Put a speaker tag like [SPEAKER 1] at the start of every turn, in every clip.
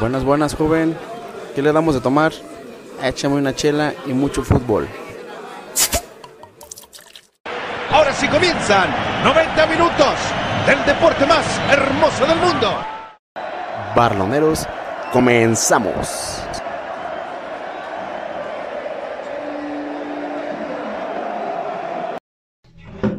[SPEAKER 1] Buenas, buenas, joven. ¿Qué le damos de tomar? Échame una chela y mucho fútbol.
[SPEAKER 2] Ahora sí comienzan 90 minutos del deporte más hermoso del mundo.
[SPEAKER 1] Barloneros, comenzamos.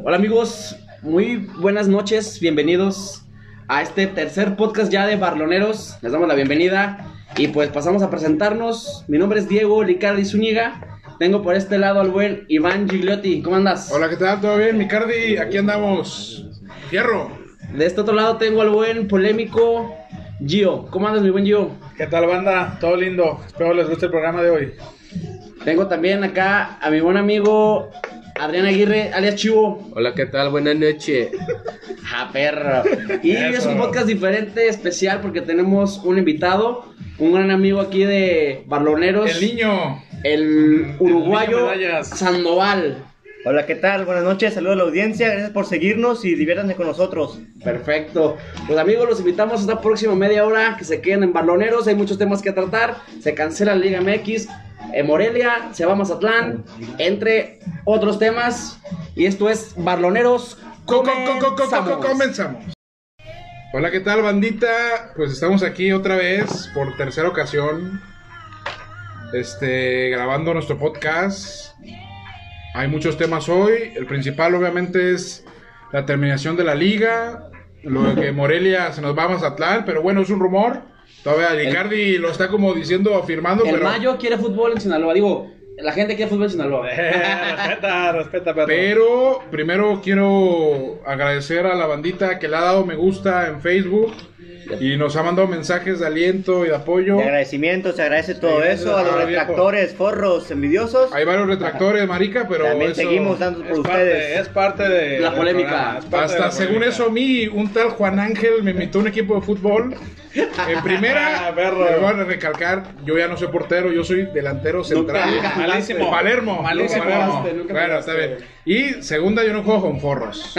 [SPEAKER 3] Hola amigos, muy buenas noches, bienvenidos a este tercer podcast ya de Barloneros. Les damos la bienvenida y pues pasamos a presentarnos. Mi nombre es Diego Licardi Zúñiga. Tengo por este lado al buen Iván Gigliotti. ¿Cómo andas?
[SPEAKER 4] Hola, ¿qué tal? ¿Todo bien, Micardi? Aquí andamos. Fierro.
[SPEAKER 3] De este otro lado tengo al buen polémico Gio. ¿Cómo andas, mi buen Gio?
[SPEAKER 4] ¿Qué tal, banda? Todo lindo. Espero les guste el programa de hoy.
[SPEAKER 3] Tengo también acá a mi buen amigo Adrián Aguirre, alias Chivo.
[SPEAKER 5] Hola, ¿qué tal? Buenas noches.
[SPEAKER 3] Ja, perro. Y es
[SPEAKER 4] Eso.
[SPEAKER 3] un podcast diferente, especial, porque tenemos un invitado, un gran amigo aquí de Barloneros.
[SPEAKER 4] El niño.
[SPEAKER 3] el
[SPEAKER 4] niño
[SPEAKER 3] uruguayo
[SPEAKER 4] medallas.
[SPEAKER 3] Sandoval.
[SPEAKER 6] Hola, ¿qué tal? Buenas noches, saludos a la audiencia, gracias por seguirnos y diviértanse con nosotros.
[SPEAKER 3] Perfecto. Pues amigos, los invitamos a esta próxima media hora que se queden en Baloneros. Hay muchos temas que tratar. Se cancela la Liga MX. En Morelia se va a Mazatlán. Entre otros temas. Y esto es Barloneros.
[SPEAKER 4] Co- co- co- co- co- co-
[SPEAKER 3] Comenzamos.
[SPEAKER 4] Comenzamos. Hola, ¿qué tal, bandita? Pues estamos aquí otra vez por tercera ocasión. Este, grabando nuestro podcast. Hay muchos temas hoy. El principal, obviamente, es la terminación de la liga. Lo de que Morelia se nos va a Mazatlán, pero bueno, es un rumor. Todavía Ricardi lo está como diciendo, afirmando.
[SPEAKER 3] El
[SPEAKER 4] pero...
[SPEAKER 3] mayo quiere fútbol en Sinaloa. Digo, la gente quiere fútbol en Sinaloa.
[SPEAKER 6] respeta, respeta,
[SPEAKER 4] Pero primero quiero agradecer a la bandita que le ha dado me gusta en Facebook y nos ha mandado mensajes de aliento y de apoyo.
[SPEAKER 6] De agradecimiento, se agradece todo
[SPEAKER 4] Sí,
[SPEAKER 6] eso, a los
[SPEAKER 4] ah, viejo.
[SPEAKER 6] retractores, forros, envidiosos.
[SPEAKER 4] Hay varios retractores, marica, pero
[SPEAKER 6] También
[SPEAKER 4] eso-
[SPEAKER 6] seguimos dando por
[SPEAKER 7] Es parte,
[SPEAKER 6] ustedes.
[SPEAKER 7] es parte de
[SPEAKER 3] La
[SPEAKER 7] del
[SPEAKER 3] polémica.
[SPEAKER 7] programa, es parte de
[SPEAKER 4] hasta
[SPEAKER 7] la
[SPEAKER 4] según
[SPEAKER 7] polémica.
[SPEAKER 4] eso a mí un tal Juan Ángel me invitó a un equipo de fútbol. En primera,
[SPEAKER 7] Ah, perro.
[SPEAKER 4] me van a recalcar, yo ya no soy portero, yo soy delantero central.
[SPEAKER 3] Nunca jugaste.
[SPEAKER 7] Malísimo.
[SPEAKER 4] Palermo,
[SPEAKER 7] Malísimo.
[SPEAKER 4] Palermo.
[SPEAKER 3] jugaste, nunca
[SPEAKER 4] bueno,
[SPEAKER 3] jugaste.
[SPEAKER 4] está bien. Y segunda, yo no juego con forros.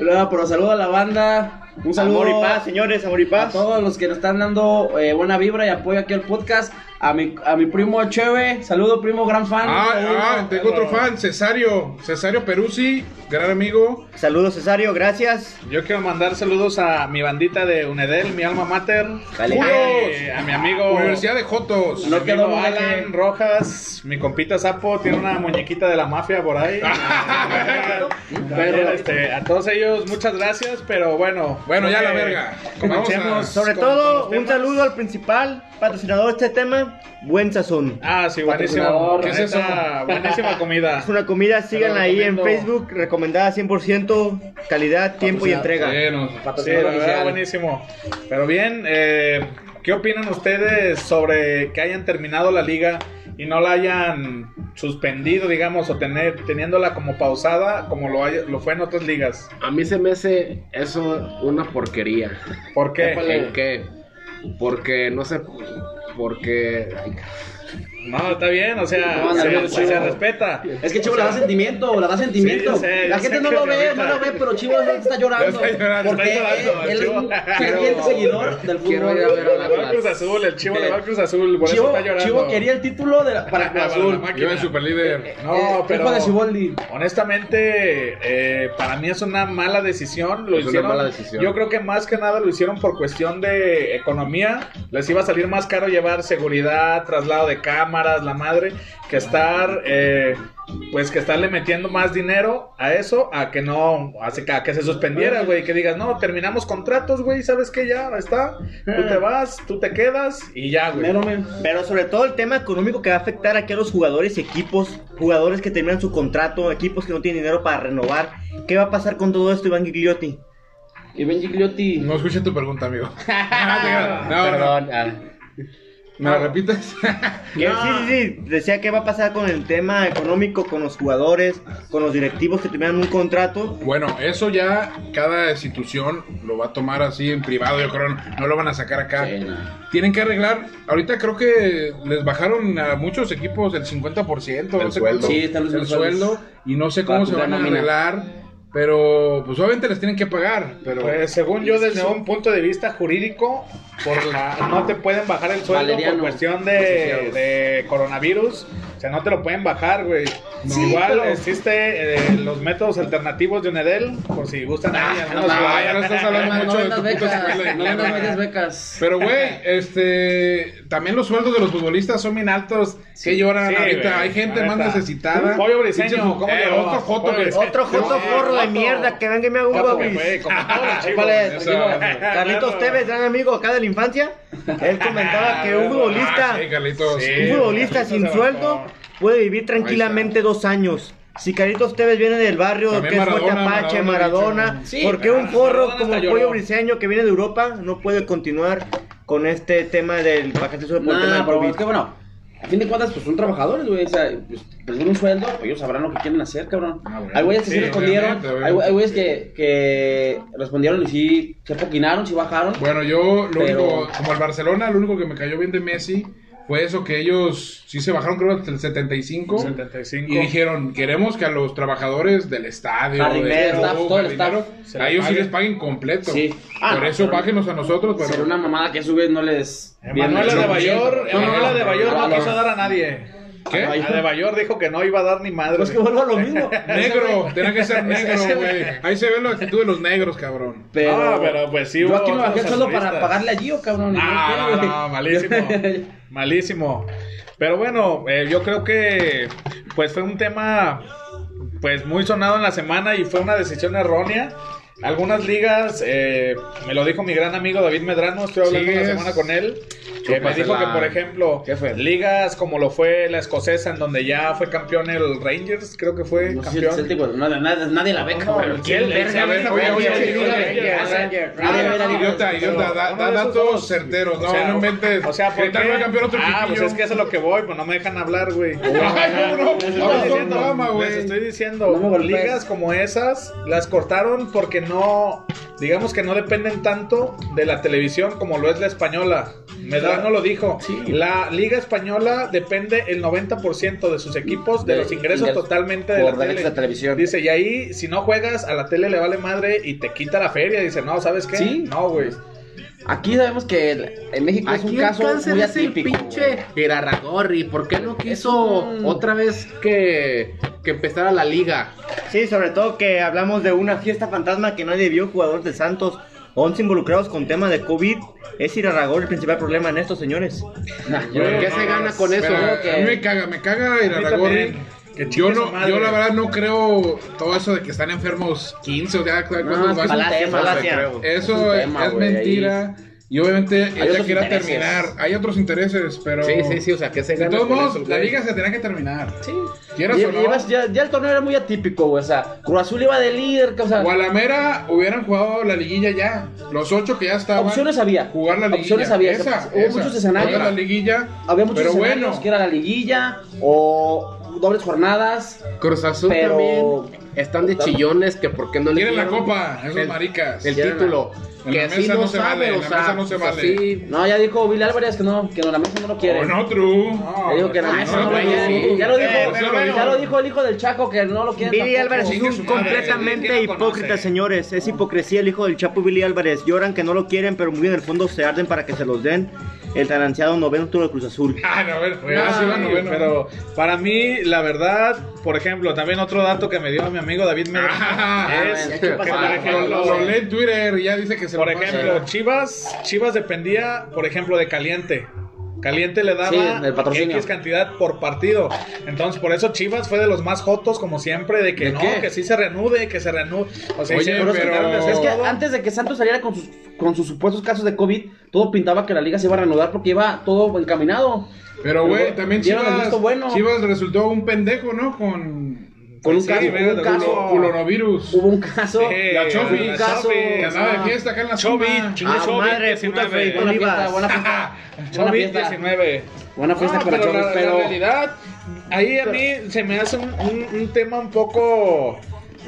[SPEAKER 3] Luego, pero saludo a la banda. Un saludo.
[SPEAKER 6] Amor y paz, señores, amor y
[SPEAKER 3] A
[SPEAKER 6] paz.
[SPEAKER 3] todos los que nos están dando eh, buena vibra y apoyo aquí al podcast. A mi, a mi primo Cheve, saludo primo, gran fan.
[SPEAKER 4] Ah,
[SPEAKER 3] Saludo.
[SPEAKER 4] ah, tengo otro fan, Cesario, Cesario Peruzzi, gran amigo.
[SPEAKER 6] Saludos, Cesario, gracias.
[SPEAKER 7] Yo quiero mandar saludos a mi bandita de UNEDEL, mi alma mater.
[SPEAKER 6] Dale.
[SPEAKER 7] Eh, a mi amigo.
[SPEAKER 4] Universidad de Jotos.
[SPEAKER 3] No
[SPEAKER 7] mi
[SPEAKER 3] quedó
[SPEAKER 7] amigo
[SPEAKER 3] duda que-
[SPEAKER 7] Alan Rojas, mi compita Sapo, tiene una muñequita de la mafia por ahí. Pero, este, a todos ellos, muchas gracias, pero bueno. Eh,
[SPEAKER 4] Bueno, ya
[SPEAKER 7] creo
[SPEAKER 4] la
[SPEAKER 7] que
[SPEAKER 4] verga.
[SPEAKER 7] Comencemos.
[SPEAKER 4] Vamos a-
[SPEAKER 6] Sobre
[SPEAKER 7] con-
[SPEAKER 6] todo,
[SPEAKER 7] con los
[SPEAKER 6] un
[SPEAKER 7] temas.
[SPEAKER 6] saludo al principal patrocinador de este tema, Buen Sazón.
[SPEAKER 7] Ah, sí, buenísimo.
[SPEAKER 3] Patrocinador.
[SPEAKER 7] ¿Qué es eso? Buenísima comida.
[SPEAKER 6] Es una comida, síganla ahí en
[SPEAKER 7] recomiendo.
[SPEAKER 6] Facebook, recomendada 100%, calidad, tiempo y entrega.
[SPEAKER 4] Bueno,
[SPEAKER 7] Sí, la
[SPEAKER 3] Patrocinador
[SPEAKER 7] verdad,
[SPEAKER 3] oficial.
[SPEAKER 7] buenísimo. Pero bien, eh, ¿qué opinan ustedes sobre que hayan terminado la liga y no la hayan suspendido, digamos, o tener, teniéndola como pausada, como lo, hay- lo fue en otras ligas?
[SPEAKER 5] A mí se me hace eso una porquería.
[SPEAKER 7] ¿Por qué?
[SPEAKER 3] Épale.
[SPEAKER 5] ¿En qué? Porque no sé. Porque. ay, ca-
[SPEAKER 7] No, está bien, o sea,
[SPEAKER 3] No,
[SPEAKER 7] se,
[SPEAKER 3] no,
[SPEAKER 7] se
[SPEAKER 3] no.
[SPEAKER 7] respeta.
[SPEAKER 3] Es que Chivo le da sentimiento, le da sentimiento.
[SPEAKER 7] Sí, yo sé,
[SPEAKER 3] la
[SPEAKER 7] yo
[SPEAKER 3] gente
[SPEAKER 7] sé
[SPEAKER 3] no
[SPEAKER 7] que
[SPEAKER 3] lo ve,
[SPEAKER 7] ahorita-
[SPEAKER 3] no lo ve, pero Chivo está llorando.
[SPEAKER 4] Está llorando,
[SPEAKER 3] porque
[SPEAKER 7] está llorando,
[SPEAKER 3] él, él es
[SPEAKER 7] Chivo.
[SPEAKER 3] un
[SPEAKER 7] Quiero-
[SPEAKER 3] fiel seguidor del fútbol.
[SPEAKER 5] Quiero ir a ver a
[SPEAKER 7] Le
[SPEAKER 5] la
[SPEAKER 7] va al Cruz Azul, el Chivo le va al Cruz Azul, por
[SPEAKER 3] Chivo,
[SPEAKER 7] eso está llorando.
[SPEAKER 3] Chivo quería el título de la- para Cruz
[SPEAKER 7] Ah, para la
[SPEAKER 3] Azul.
[SPEAKER 7] máquina.
[SPEAKER 4] yo de superlíder.
[SPEAKER 7] No,
[SPEAKER 3] Eh,
[SPEAKER 7] pero...
[SPEAKER 3] Hijo de Chiboldi.
[SPEAKER 7] Honestamente, eh, para mí es una mala decisión. Lo
[SPEAKER 5] Es una
[SPEAKER 7] hicieron,
[SPEAKER 5] mala decisión.
[SPEAKER 7] Yo creo que más que nada lo hicieron por cuestión de economía. Les iba a salir más caro llevar seguridad, traslado de cámaras, la madre, que estar, eh, pues que estarle metiendo más dinero a eso, a que no, a se- a que se suspendiera, güey, que digas, no, terminamos contratos, güey, sabes que ya está, tú te vas, tú te quedas y ya, güey.
[SPEAKER 3] Mero, men.
[SPEAKER 6] Pero sobre todo el tema económico que va a afectar aquí a los jugadores y equipos, jugadores que terminan su contrato, equipos que no tienen dinero para renovar. ¿Qué va a pasar con todo esto, Iván Gigliotti?
[SPEAKER 3] Y Ben Gigliotti.
[SPEAKER 4] No escuché tu pregunta, amigo.
[SPEAKER 7] Ah,
[SPEAKER 4] No, no,
[SPEAKER 5] Perdón. ah,
[SPEAKER 4] ¿Me la repites?
[SPEAKER 6] Que Sí, sí, sí, decía qué va a pasar con el tema económico, con los jugadores, con los directivos que terminan un contrato.
[SPEAKER 4] Bueno, eso ya cada institución lo va a tomar así en privado, yo creo, no lo van a sacar acá.
[SPEAKER 5] sí, no.
[SPEAKER 4] Tienen que arreglar, ahorita creo que les bajaron a muchos equipos el 50%, no
[SPEAKER 5] El
[SPEAKER 4] sé cuánto,
[SPEAKER 5] sueldo.
[SPEAKER 3] Sí, están los
[SPEAKER 4] el
[SPEAKER 3] sueldos.
[SPEAKER 4] sueldo, y no sé cómo
[SPEAKER 3] Para
[SPEAKER 4] se van a
[SPEAKER 3] juntar nómina.
[SPEAKER 4] arreglar, Pero, pues obviamente les tienen que pagar. Pero
[SPEAKER 7] Pues según yo, desde un punto de vista jurídico, por la- no te pueden bajar el sueldo
[SPEAKER 3] Valeriano.
[SPEAKER 7] por cuestión de,
[SPEAKER 3] Licenciados.
[SPEAKER 7] de coronavirus. O sea, no te lo pueden bajar, güey.
[SPEAKER 3] Sí,
[SPEAKER 7] Igual
[SPEAKER 3] pero-
[SPEAKER 7] existe eh, los métodos alternativos de UNEDEL, por si gustan.
[SPEAKER 3] Ah,
[SPEAKER 7] ellas,
[SPEAKER 4] no, no, ya no estás hablando
[SPEAKER 3] No
[SPEAKER 4] mucho de
[SPEAKER 3] vendas
[SPEAKER 4] tu puta escuela de
[SPEAKER 3] becas, no vendas
[SPEAKER 4] mierda.
[SPEAKER 3] medias becas.
[SPEAKER 4] Pero, güey, este. También los sueldos de los futbolistas son bien altos. que lloran
[SPEAKER 7] Sí,
[SPEAKER 4] ahorita.
[SPEAKER 7] güey,
[SPEAKER 4] Hay gente
[SPEAKER 7] la
[SPEAKER 4] más
[SPEAKER 7] neta.
[SPEAKER 4] necesitada.
[SPEAKER 7] Un pollo briseño,
[SPEAKER 4] Pinche jo- ¿cómo
[SPEAKER 7] eh,
[SPEAKER 4] le- otro
[SPEAKER 7] otro
[SPEAKER 4] joto,
[SPEAKER 7] pollo
[SPEAKER 4] güey.
[SPEAKER 7] briseño.
[SPEAKER 6] Otro joto
[SPEAKER 7] No,
[SPEAKER 6] forro de
[SPEAKER 7] joto.
[SPEAKER 6] mierda, que venga y me haga un
[SPEAKER 7] Joto,
[SPEAKER 6] guabis.
[SPEAKER 7] güey, como todos los chivos,
[SPEAKER 6] ¿Cuál es?
[SPEAKER 4] esa-
[SPEAKER 6] Digo,
[SPEAKER 7] Claro.
[SPEAKER 6] Carlitos Tevez, gran amigo acá de la infancia, él comentaba que un futbolista,
[SPEAKER 4] Ah, sí, Carlitos.
[SPEAKER 7] Sí.
[SPEAKER 6] un futbolista
[SPEAKER 7] Carlitos
[SPEAKER 6] sin
[SPEAKER 7] se
[SPEAKER 6] sueldo
[SPEAKER 7] aventó.
[SPEAKER 6] puede vivir tranquilamente dos años. Si Carlitos Tevez viene del barrio
[SPEAKER 4] También
[SPEAKER 6] que es Fuerte
[SPEAKER 4] Maradona,
[SPEAKER 6] Apache,
[SPEAKER 4] Maradona,
[SPEAKER 6] Maradona,
[SPEAKER 4] dicho,
[SPEAKER 3] Sí,
[SPEAKER 6] ¿por qué un
[SPEAKER 7] Maradona
[SPEAKER 6] forro
[SPEAKER 7] hasta
[SPEAKER 6] como el
[SPEAKER 7] lloró.
[SPEAKER 6] pollo briseño que viene de Europa no puede continuar con este tema del paquete de por tema del
[SPEAKER 3] Nah, pero
[SPEAKER 7] pues,
[SPEAKER 6] COVID?
[SPEAKER 3] es que bueno, a fin de cuentas, pues son trabajadores, güey. O sea, pues les dan un sueldo, pues ellos sabrán lo que quieren hacer, cabrón.
[SPEAKER 4] Ah, bueno.
[SPEAKER 3] Hay güeyes que sí,
[SPEAKER 4] Sí,
[SPEAKER 3] respondieron,
[SPEAKER 4] obviamente,
[SPEAKER 3] hay
[SPEAKER 4] obviamente.
[SPEAKER 3] hay güeyes que, que respondieron y sí se poquinaron, sí bajaron.
[SPEAKER 4] Bueno, yo, lo
[SPEAKER 3] Pero-
[SPEAKER 4] único, como el Barcelona, lo único que me cayó bien de Messi fue eso que ellos sí se bajaron, creo, hasta el 75.
[SPEAKER 7] 75.
[SPEAKER 4] Y dijeron, queremos que a los trabajadores del estadio,
[SPEAKER 3] Jardinero,
[SPEAKER 4] del
[SPEAKER 3] staff, todo el
[SPEAKER 4] jardinero,
[SPEAKER 3] staff,
[SPEAKER 7] se
[SPEAKER 4] a
[SPEAKER 7] les
[SPEAKER 4] ellos sí
[SPEAKER 7] pague.
[SPEAKER 4] les paguen completo.
[SPEAKER 3] Sí. Ah,
[SPEAKER 4] Por
[SPEAKER 3] no,
[SPEAKER 4] eso
[SPEAKER 3] pero-
[SPEAKER 4] páguenos a nosotros, pero
[SPEAKER 3] Sería una mamada que a su vez no les.
[SPEAKER 7] Emanuela
[SPEAKER 4] Bien,
[SPEAKER 7] de
[SPEAKER 4] no,
[SPEAKER 7] Bayor,
[SPEAKER 4] no,
[SPEAKER 7] Emanuela
[SPEAKER 4] no,
[SPEAKER 7] de
[SPEAKER 4] no,
[SPEAKER 7] Bayor
[SPEAKER 3] no,
[SPEAKER 7] no
[SPEAKER 3] no.
[SPEAKER 7] quiso dar a nadie.
[SPEAKER 4] ¿Qué?
[SPEAKER 3] Ay,
[SPEAKER 7] A de Bayor dijo que no iba a dar ni madre.
[SPEAKER 3] Pues que vuelvo a lo mismo.
[SPEAKER 4] Negro, tenía que ser negro,
[SPEAKER 7] ese güey.
[SPEAKER 4] güey. Ahí se ve la actitud de los negros, cabrón.
[SPEAKER 3] Pero,
[SPEAKER 7] Ah, pero, pues, sí
[SPEAKER 3] Yo
[SPEAKER 7] hubo
[SPEAKER 3] aquí me bajé
[SPEAKER 7] otros
[SPEAKER 3] el sueldo para
[SPEAKER 7] futbolistas.
[SPEAKER 3] pagarle a Gio, cabrón. y
[SPEAKER 7] Ah,
[SPEAKER 3] quiero,
[SPEAKER 7] no,
[SPEAKER 3] güey.
[SPEAKER 7] no, malísimo. malísimo. Pero bueno, eh, yo creo que pues fue un tema pues muy sonado en la semana y fue una decisión errónea. Algunas ligas, eh, me lo dijo mi gran amigo David Medrano, estoy hablando
[SPEAKER 4] Sigues.
[SPEAKER 7] la semana con él. que me dijo que, por ejemplo, ligas como lo fue la escocesa, en donde ya fue campeón el Rangers, creo que fue
[SPEAKER 3] No sé si el
[SPEAKER 7] campeón.
[SPEAKER 3] Celtic, no, nadie, nadie la beca, güey. ¿Quién
[SPEAKER 7] el-
[SPEAKER 3] verga
[SPEAKER 7] el-
[SPEAKER 3] ve la
[SPEAKER 7] oye,
[SPEAKER 3] beca?
[SPEAKER 7] oye,
[SPEAKER 3] Nadie
[SPEAKER 7] oye,
[SPEAKER 3] la
[SPEAKER 7] oye,
[SPEAKER 3] beca, nadie-
[SPEAKER 7] oye, oye,
[SPEAKER 3] nadie
[SPEAKER 7] oye,
[SPEAKER 3] ve la
[SPEAKER 7] oye,
[SPEAKER 3] liga.
[SPEAKER 4] Idiota, idiota, da,
[SPEAKER 7] Uno
[SPEAKER 4] da
[SPEAKER 7] de esos
[SPEAKER 4] datos
[SPEAKER 7] dos.
[SPEAKER 4] certeros. No,
[SPEAKER 7] O sea,
[SPEAKER 4] no inventes.
[SPEAKER 7] O sea, ¿por
[SPEAKER 4] ¿Qué tal
[SPEAKER 7] qué?
[SPEAKER 4] va a cambiar otro
[SPEAKER 7] Ah,
[SPEAKER 4] chiquillo?
[SPEAKER 7] pues es que eso es lo que voy, pues no me dejan hablar, güey.
[SPEAKER 4] Ay, no, no, pues,
[SPEAKER 7] Les
[SPEAKER 4] no,
[SPEAKER 7] estoy
[SPEAKER 4] no,
[SPEAKER 7] diciendo,
[SPEAKER 4] drama, güey.
[SPEAKER 7] les estoy diciendo,
[SPEAKER 3] No me golpees.
[SPEAKER 7] ligas como esas las cortaron porque no, digamos que no dependen tanto de la televisión como lo es la española. Medrano lo dijo. La liga española depende el 90% de sus equipos, de,
[SPEAKER 3] De-
[SPEAKER 7] los ingresos
[SPEAKER 3] ingres-
[SPEAKER 7] totalmente de
[SPEAKER 3] por
[SPEAKER 7] la
[SPEAKER 3] derechos
[SPEAKER 7] tele.
[SPEAKER 3] de televisión.
[SPEAKER 7] Dice, y ahí si no juegas a la tele le vale madre y te quita la feria. Dice, no, ¿sabes qué?
[SPEAKER 3] Sí.
[SPEAKER 7] No, güey.
[SPEAKER 3] Aquí sabemos que el- en México es un
[SPEAKER 5] ah. Aquí el
[SPEAKER 3] caso
[SPEAKER 5] cáncer
[SPEAKER 3] muy
[SPEAKER 5] es el
[SPEAKER 3] atípico.
[SPEAKER 5] pinche Irarragorri. ¿Por qué no quiso
[SPEAKER 3] Es un-
[SPEAKER 5] otra vez que, que empezara la liga?
[SPEAKER 6] Sí, sobre todo que hablamos de una fiesta fantasma que nadie vio, jugadores de Santos, 11 involucrados con tema de COVID. Es Irarragor el principal problema en esto, señores.
[SPEAKER 3] Nah, yo-
[SPEAKER 4] Güey,
[SPEAKER 5] ¿Qué se gana con eso?
[SPEAKER 4] Pero
[SPEAKER 3] Creo que-
[SPEAKER 4] A mí me caga, me caga Iraragorri.
[SPEAKER 7] también. Que
[SPEAKER 4] Yo,
[SPEAKER 7] chingue su
[SPEAKER 4] no,
[SPEAKER 7] madre.
[SPEAKER 4] yo la verdad no creo todo eso de que están enfermos 15 o ya cada
[SPEAKER 3] No,
[SPEAKER 4] cuántos
[SPEAKER 3] es que es
[SPEAKER 4] van.
[SPEAKER 3] un tema,
[SPEAKER 6] falacia.
[SPEAKER 3] creo. Es
[SPEAKER 4] Eso
[SPEAKER 3] un
[SPEAKER 4] es,
[SPEAKER 3] tema,
[SPEAKER 4] es
[SPEAKER 3] güey, ahí.
[SPEAKER 4] mentira. Y obviamente ella
[SPEAKER 3] otros
[SPEAKER 4] quiere
[SPEAKER 3] intereses.
[SPEAKER 4] terminar. Hay otros intereses, pero.
[SPEAKER 5] Sí, sí, sí, o sea, ¿qué se
[SPEAKER 4] De
[SPEAKER 5] gana
[SPEAKER 4] todos
[SPEAKER 5] con
[SPEAKER 4] modos,
[SPEAKER 5] eso, güey?
[SPEAKER 4] la liga se tenía que terminar.
[SPEAKER 3] Sí.
[SPEAKER 4] Quieras
[SPEAKER 3] Y-
[SPEAKER 4] o no.
[SPEAKER 3] ibas- ya, ya el torneo era muy atípico, güey. O sea, Cruz Azul iba de líder, o sea,
[SPEAKER 4] Gualamera hubieran jugado la liguilla ya. Los ocho que ya estaban.
[SPEAKER 3] Opciones había.
[SPEAKER 4] Jugar la liguilla.
[SPEAKER 3] Opciones había.
[SPEAKER 4] Esa,
[SPEAKER 3] Hubo
[SPEAKER 4] esa.
[SPEAKER 3] muchos escenarios.
[SPEAKER 4] Jugar la liguilla.
[SPEAKER 3] había muchos
[SPEAKER 4] pero
[SPEAKER 3] escenarios
[SPEAKER 4] bueno,
[SPEAKER 3] que era la liguilla o dobles jornadas.
[SPEAKER 5] Cruz Azul
[SPEAKER 3] Pero-
[SPEAKER 5] también están de chillones que por qué no le
[SPEAKER 4] Quieren la
[SPEAKER 5] dieron
[SPEAKER 4] copa, esos
[SPEAKER 5] el-
[SPEAKER 4] maricas.
[SPEAKER 5] El
[SPEAKER 4] Quieren
[SPEAKER 5] título.
[SPEAKER 4] la- en
[SPEAKER 5] que
[SPEAKER 4] la
[SPEAKER 5] así
[SPEAKER 4] mesa
[SPEAKER 5] no
[SPEAKER 4] no se
[SPEAKER 5] sabe,
[SPEAKER 4] vale,
[SPEAKER 5] o
[SPEAKER 4] en la
[SPEAKER 5] sea,
[SPEAKER 4] mesa no se
[SPEAKER 5] pues
[SPEAKER 4] vale.
[SPEAKER 5] así-
[SPEAKER 3] No, ya dijo Billy Álvarez que no, que no, la mesa no lo quiere.
[SPEAKER 4] Oh, no, true.
[SPEAKER 3] Ya dijo que la
[SPEAKER 5] Ah,
[SPEAKER 3] mesa
[SPEAKER 5] ese
[SPEAKER 3] no lo
[SPEAKER 5] güey,
[SPEAKER 3] quiere.
[SPEAKER 5] sí.
[SPEAKER 3] Ya lo dijo,
[SPEAKER 4] Eh, pero
[SPEAKER 3] ya
[SPEAKER 4] bueno.
[SPEAKER 3] lo dijo el hijo del Chaco que no lo quiere.
[SPEAKER 6] Billy
[SPEAKER 3] tampoco.
[SPEAKER 6] Álvarez
[SPEAKER 4] Chingue
[SPEAKER 6] es
[SPEAKER 4] su
[SPEAKER 6] un
[SPEAKER 4] madre,
[SPEAKER 6] completamente
[SPEAKER 4] ¿quién lo conoce?
[SPEAKER 6] hipócrita, señores. Es hipocresía el hijo del Chapo Billy Álvarez. Lloran que no lo quieren, pero muy en el fondo se arden para que se los den. El tan ansiado noveno turno de Cruz Azul.
[SPEAKER 4] Ah, no, a ver,
[SPEAKER 7] Pues,
[SPEAKER 4] ah, sí,
[SPEAKER 7] sí,
[SPEAKER 4] va noveno.
[SPEAKER 7] Pero para mí, la verdad, por ejemplo, también otro dato que me dio mi amigo David
[SPEAKER 4] Ah,
[SPEAKER 7] Medrano es
[SPEAKER 3] bueno,
[SPEAKER 7] que,
[SPEAKER 3] ya
[SPEAKER 7] por
[SPEAKER 3] chupas,
[SPEAKER 4] Lo,
[SPEAKER 7] ejemplo,
[SPEAKER 4] lo- lo lee en Twitter y ya dice que se
[SPEAKER 7] por
[SPEAKER 4] lo pasa.
[SPEAKER 7] ejemplo, Chivas, Chivas dependía, por ejemplo, de Caliente. Caliente le daba
[SPEAKER 3] Sí, el patrocinio.
[SPEAKER 7] X cantidad por partido. Entonces, por eso Chivas fue de los más jotos, como siempre, de que
[SPEAKER 3] ¿De
[SPEAKER 7] no,
[SPEAKER 3] qué?
[SPEAKER 7] que sí se reanude, que se reanude. O sea,
[SPEAKER 4] Oye,
[SPEAKER 7] hicieron-
[SPEAKER 4] pero-
[SPEAKER 7] trataron de hacer
[SPEAKER 3] Es que
[SPEAKER 7] todo.
[SPEAKER 3] antes de que Santos saliera con sus, con sus supuestos casos de COVID, todo pintaba que la liga se iba a reanudar porque iba todo encaminado.
[SPEAKER 4] Pero, güey, también
[SPEAKER 3] dieron el
[SPEAKER 4] Chivas,
[SPEAKER 3] visto bueno.
[SPEAKER 4] Chivas resultó un pendejo, ¿no? Con
[SPEAKER 3] Con un
[SPEAKER 7] Sí,
[SPEAKER 3] caso,
[SPEAKER 7] sí,
[SPEAKER 3] hubo un
[SPEAKER 7] culo-
[SPEAKER 3] caso,
[SPEAKER 4] culonovirus.
[SPEAKER 3] hubo un caso.
[SPEAKER 7] Sí,
[SPEAKER 4] la Chofi,
[SPEAKER 7] la
[SPEAKER 3] caso,
[SPEAKER 7] Chofi,
[SPEAKER 4] Que andaba de fiesta acá en la
[SPEAKER 7] Chovi,
[SPEAKER 4] zona.
[SPEAKER 7] chingue
[SPEAKER 6] Ah,
[SPEAKER 7] Chovi,
[SPEAKER 6] madre,
[SPEAKER 7] 19.
[SPEAKER 6] puta fe.
[SPEAKER 3] Buena fiesta,
[SPEAKER 6] Olivas.
[SPEAKER 3] buena fiesta. Buena
[SPEAKER 7] Chovi,
[SPEAKER 3] fiesta.
[SPEAKER 7] 19.
[SPEAKER 3] Buena fiesta
[SPEAKER 7] No,
[SPEAKER 3] para
[SPEAKER 7] Ah, pero
[SPEAKER 3] Chovis,
[SPEAKER 7] la,
[SPEAKER 3] pero-
[SPEAKER 7] la realidad, ahí a mí se me hace un, un- un tema un poco,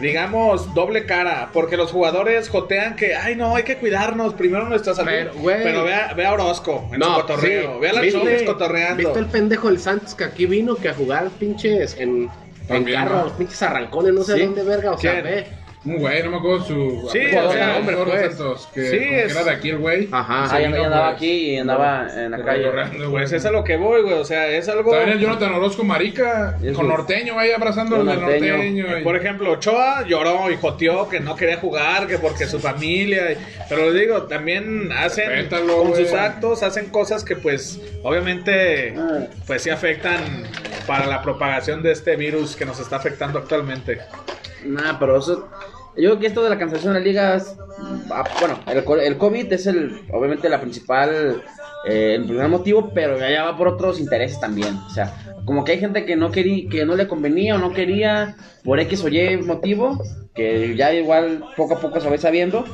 [SPEAKER 7] digamos, doble cara, porque los jugadores jotean que, ay, no, hay que cuidarnos, primero nuestra salud.
[SPEAKER 5] Pero,
[SPEAKER 7] Pero,
[SPEAKER 5] güey.
[SPEAKER 7] vea, vea a Orozco en
[SPEAKER 5] No,
[SPEAKER 7] su cotorreo,
[SPEAKER 5] sí.
[SPEAKER 7] vea a la
[SPEAKER 5] ¿Viste?
[SPEAKER 7] Chovis cotorreando.
[SPEAKER 5] ¿Viste el pendejo del Santos que aquí vino que a jugar pinches en, en
[SPEAKER 4] También,
[SPEAKER 5] carros,
[SPEAKER 4] ¿no?
[SPEAKER 5] pinches arrancones, no sé
[SPEAKER 3] Sí.
[SPEAKER 5] dónde verga? O sea,
[SPEAKER 7] ¿Quién?
[SPEAKER 5] ve.
[SPEAKER 4] Un güey, no me acuerdo su.
[SPEAKER 7] Sí,
[SPEAKER 4] apellido,
[SPEAKER 7] o sea,
[SPEAKER 4] era
[SPEAKER 7] hombre,
[SPEAKER 4] Jorge
[SPEAKER 7] pues.
[SPEAKER 4] Santos, que
[SPEAKER 7] Sí,
[SPEAKER 4] como que
[SPEAKER 7] es-
[SPEAKER 4] era de aquí el güey.
[SPEAKER 5] Ajá.
[SPEAKER 4] Y se
[SPEAKER 3] Ah, ya
[SPEAKER 4] vino,
[SPEAKER 3] ya andaba
[SPEAKER 4] pues,
[SPEAKER 3] aquí y andaba en la calle.
[SPEAKER 4] recorriendo, güey.
[SPEAKER 7] Pues es a lo que voy, güey. O sea, es algo.
[SPEAKER 4] También el Jonathan Orozco Marica,
[SPEAKER 3] Es
[SPEAKER 4] con
[SPEAKER 3] un-
[SPEAKER 4] norteño ahí abrazando al
[SPEAKER 3] un
[SPEAKER 4] norteño.
[SPEAKER 3] norteño.
[SPEAKER 4] y-
[SPEAKER 7] Eh, Por ejemplo, Ochoa lloró y joteó que no quería jugar, que porque su familia. y- Pero les digo, también hacen
[SPEAKER 4] Respétalo,
[SPEAKER 7] con
[SPEAKER 4] güey.
[SPEAKER 7] sus actos, hacen cosas que pues obviamente pues sí afectan para la propagación de este virus que nos está afectando actualmente.
[SPEAKER 3] Nah, pero eso. Yo creo que esto de la cancelación de la liga. es- ah, bueno, el, co- el COVID es el, obviamente la principal. eh, el primer motivo, pero ya ya va por otros intereses también. O sea, como que hay gente que no quería, que no le convenía o no quería por X o Y motivo, que ya igual poco a poco se va a ir sabiendo.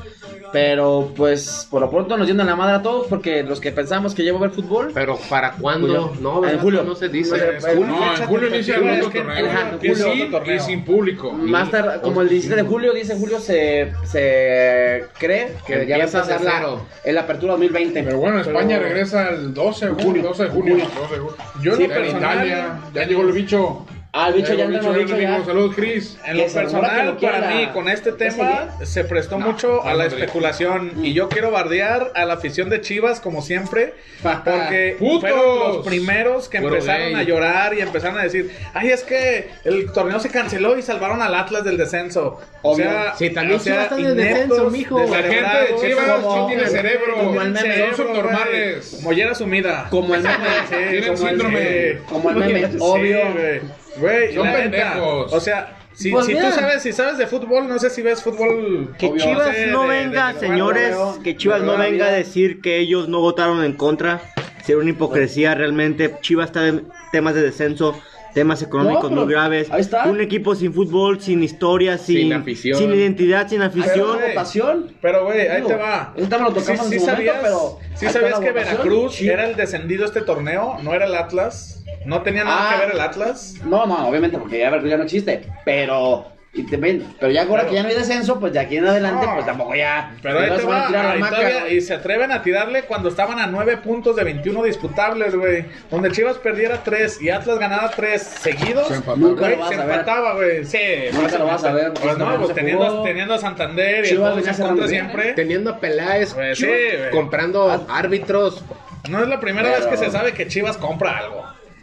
[SPEAKER 3] Pero pues por lo pronto nos llenan la madre a todos porque los que pensamos que llevo a ver fútbol.
[SPEAKER 5] Pero ¿para cuándo?
[SPEAKER 3] Julio.
[SPEAKER 5] No, ¿verdad?
[SPEAKER 3] En julio.
[SPEAKER 5] No se
[SPEAKER 3] Julio,
[SPEAKER 5] dice.
[SPEAKER 3] pues,
[SPEAKER 4] No, en julio inicia el otro
[SPEAKER 7] Es que-
[SPEAKER 4] torneo.
[SPEAKER 3] Ajá, en
[SPEAKER 4] Y
[SPEAKER 7] julio
[SPEAKER 4] sin-
[SPEAKER 7] otro torneo.
[SPEAKER 4] Y sin público.
[SPEAKER 3] Más tarde, como el 17 de julio, dice julio, se, se cree que ya va a
[SPEAKER 5] Empieza
[SPEAKER 3] pasar
[SPEAKER 5] de
[SPEAKER 3] la,
[SPEAKER 5] cero.
[SPEAKER 3] el apertura 2020.
[SPEAKER 4] Pero bueno, España
[SPEAKER 3] Pero-
[SPEAKER 4] regresa el 12 de junio. 12 de junio. 12 de junio. Yo en
[SPEAKER 7] Sí,
[SPEAKER 4] lo
[SPEAKER 7] pero
[SPEAKER 4] personal, Italia.
[SPEAKER 7] Italia-
[SPEAKER 4] Ya llegó el bicho.
[SPEAKER 3] Ah, el bicho ya
[SPEAKER 4] llegó
[SPEAKER 3] entró, el bicho ya.
[SPEAKER 4] Saludos, Cris.
[SPEAKER 7] En
[SPEAKER 3] Que
[SPEAKER 7] lo
[SPEAKER 3] se rumora que
[SPEAKER 7] personal,
[SPEAKER 3] lo
[SPEAKER 7] para
[SPEAKER 3] quiera.
[SPEAKER 7] mí, con este tema, se prestó
[SPEAKER 4] No,
[SPEAKER 7] mucho
[SPEAKER 4] no,
[SPEAKER 7] a la
[SPEAKER 4] no, no.
[SPEAKER 7] especulación. Y yo quiero bardear a la afición de Chivas, como siempre, porque
[SPEAKER 4] ¡Putos!
[SPEAKER 7] fueron los primeros que
[SPEAKER 5] Puro
[SPEAKER 7] empezaron
[SPEAKER 5] gay.
[SPEAKER 7] a llorar y empezaron a decir: Ay, es que el torneo se canceló y salvaron al Atlas del descenso. O
[SPEAKER 3] Obvio.
[SPEAKER 7] sea,
[SPEAKER 5] Sí, también
[SPEAKER 7] o sea,
[SPEAKER 5] Chivas está en el
[SPEAKER 7] ineptos,
[SPEAKER 5] descenso, mijo.
[SPEAKER 4] La gente de
[SPEAKER 7] descerebrados,
[SPEAKER 4] Chivas no
[SPEAKER 7] como-
[SPEAKER 4] tiene cerebro.
[SPEAKER 7] no tienen
[SPEAKER 4] Son
[SPEAKER 7] cerebro,
[SPEAKER 4] subnormales.
[SPEAKER 7] güey. Mollera sumida.
[SPEAKER 3] Como el meme,
[SPEAKER 7] Sí,
[SPEAKER 4] Tienen
[SPEAKER 7] como el-
[SPEAKER 4] síndrome.
[SPEAKER 7] sí.
[SPEAKER 3] como el meme,
[SPEAKER 7] Sí,
[SPEAKER 3] obvio.
[SPEAKER 7] güey. Güey,
[SPEAKER 4] Son
[SPEAKER 7] la neta,
[SPEAKER 4] pendejos.
[SPEAKER 7] O sea, si,
[SPEAKER 6] Pues
[SPEAKER 7] si tú
[SPEAKER 6] mira.
[SPEAKER 7] sabes, si sabes de fútbol, no sé si ves fútbol.
[SPEAKER 6] Que
[SPEAKER 7] obvio,
[SPEAKER 6] Chivas
[SPEAKER 7] sé,
[SPEAKER 6] no
[SPEAKER 7] de-
[SPEAKER 6] venga,
[SPEAKER 7] de- de-
[SPEAKER 6] señores,
[SPEAKER 3] veo,
[SPEAKER 6] que Chivas
[SPEAKER 3] de
[SPEAKER 6] no
[SPEAKER 3] verdad,
[SPEAKER 6] venga a
[SPEAKER 3] mira.
[SPEAKER 6] decir que ellos no votaron en contra. Sería una hipocresía realmente. Chivas está en temas de descenso, temas económicos
[SPEAKER 3] No, pero
[SPEAKER 6] muy graves.
[SPEAKER 3] ahí está.
[SPEAKER 6] Un equipo sin fútbol, sin historia, sin,
[SPEAKER 5] afición.
[SPEAKER 6] sin identidad, sin afición.
[SPEAKER 7] güey.
[SPEAKER 3] votación.
[SPEAKER 7] Pero, güey, ahí
[SPEAKER 3] Digo,
[SPEAKER 7] te va.
[SPEAKER 3] ese tema lo tocamos en su
[SPEAKER 7] sabías,
[SPEAKER 3] momento, pero ahí
[SPEAKER 7] sí
[SPEAKER 3] está
[SPEAKER 7] sabías
[SPEAKER 3] la
[SPEAKER 7] que
[SPEAKER 3] votación.
[SPEAKER 7] Veracruz
[SPEAKER 3] Sí.
[SPEAKER 7] era el descendido este torneo, no era el Atlas. No tenía nada
[SPEAKER 3] Ah.
[SPEAKER 7] que ver el Atlas.
[SPEAKER 3] No, no, obviamente, porque ya Veracruz ya no existe. Pero, y te ven, pero ya ahora
[SPEAKER 7] Pero-
[SPEAKER 3] que ya no hay descenso, pues de aquí en adelante,
[SPEAKER 7] No.
[SPEAKER 3] pues tampoco ya.
[SPEAKER 7] Pero ahí
[SPEAKER 3] no
[SPEAKER 7] te
[SPEAKER 3] se van
[SPEAKER 7] va,
[SPEAKER 3] a tirar la
[SPEAKER 7] ahí
[SPEAKER 3] hamaca,
[SPEAKER 7] todavía-
[SPEAKER 3] güey.
[SPEAKER 7] y se atreven a tirarle cuando estaban a 9 puntos de 21 disputables, güey. Donde Chivas perdiera 3 y Atlas ganara 3 seguidos.
[SPEAKER 4] Se empató.
[SPEAKER 3] Nunca
[SPEAKER 7] güey,
[SPEAKER 3] lo vas
[SPEAKER 7] se
[SPEAKER 3] a ver.
[SPEAKER 7] empataba, güey. Sí,
[SPEAKER 3] Nunca lo vas a ver,
[SPEAKER 7] Pues no,
[SPEAKER 3] porque
[SPEAKER 7] pues
[SPEAKER 3] se
[SPEAKER 7] teniendo,
[SPEAKER 3] jugó.
[SPEAKER 7] teniendo a Santander y
[SPEAKER 3] Chivas
[SPEAKER 7] a
[SPEAKER 3] venía
[SPEAKER 7] todos en contra
[SPEAKER 3] cerrando bien,
[SPEAKER 7] siempre.
[SPEAKER 5] Teniendo a Peláez,
[SPEAKER 7] Pues
[SPEAKER 5] Chivas
[SPEAKER 7] sí, güey.
[SPEAKER 5] comprando árbitros.
[SPEAKER 7] No es la primera
[SPEAKER 3] Pero-
[SPEAKER 7] vez que se sabe que Chivas compra algo.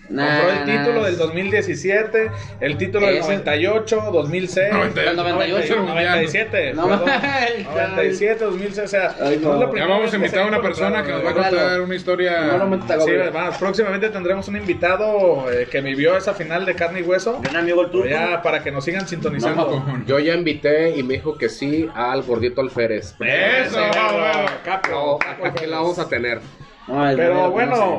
[SPEAKER 3] Nah,
[SPEAKER 7] Compró el
[SPEAKER 3] nah.
[SPEAKER 7] título del 2017, el título del
[SPEAKER 3] Ese-
[SPEAKER 7] 98, 2006,
[SPEAKER 3] El 98,
[SPEAKER 7] 97,
[SPEAKER 3] No,
[SPEAKER 7] perdón,
[SPEAKER 3] ay,
[SPEAKER 7] 97, 2006, o sea,
[SPEAKER 3] Ay, no.
[SPEAKER 7] no es la
[SPEAKER 4] Ya
[SPEAKER 7] primera vez
[SPEAKER 4] vamos a
[SPEAKER 7] que
[SPEAKER 4] invitar a
[SPEAKER 7] se
[SPEAKER 4] una
[SPEAKER 7] compra,
[SPEAKER 4] persona que nos va a
[SPEAKER 7] güey.
[SPEAKER 4] contar
[SPEAKER 3] Claro.
[SPEAKER 4] una historia.
[SPEAKER 3] No, no me
[SPEAKER 7] Sí,
[SPEAKER 3] está güey.
[SPEAKER 7] además, próximamente tendremos un invitado eh, que vivió esa final de carne y hueso.
[SPEAKER 6] Un amigo el turco.
[SPEAKER 7] Ya, para que nos sigan sintonizando.
[SPEAKER 4] Con-
[SPEAKER 5] Yo ya invité y me dijo que sí al gordito Alférez.
[SPEAKER 4] Eso,
[SPEAKER 7] Sí,
[SPEAKER 4] güey.
[SPEAKER 5] No,
[SPEAKER 7] capo, capo,
[SPEAKER 5] aquí la vamos a tener.
[SPEAKER 3] No, el
[SPEAKER 7] Pero
[SPEAKER 3] Veracruz no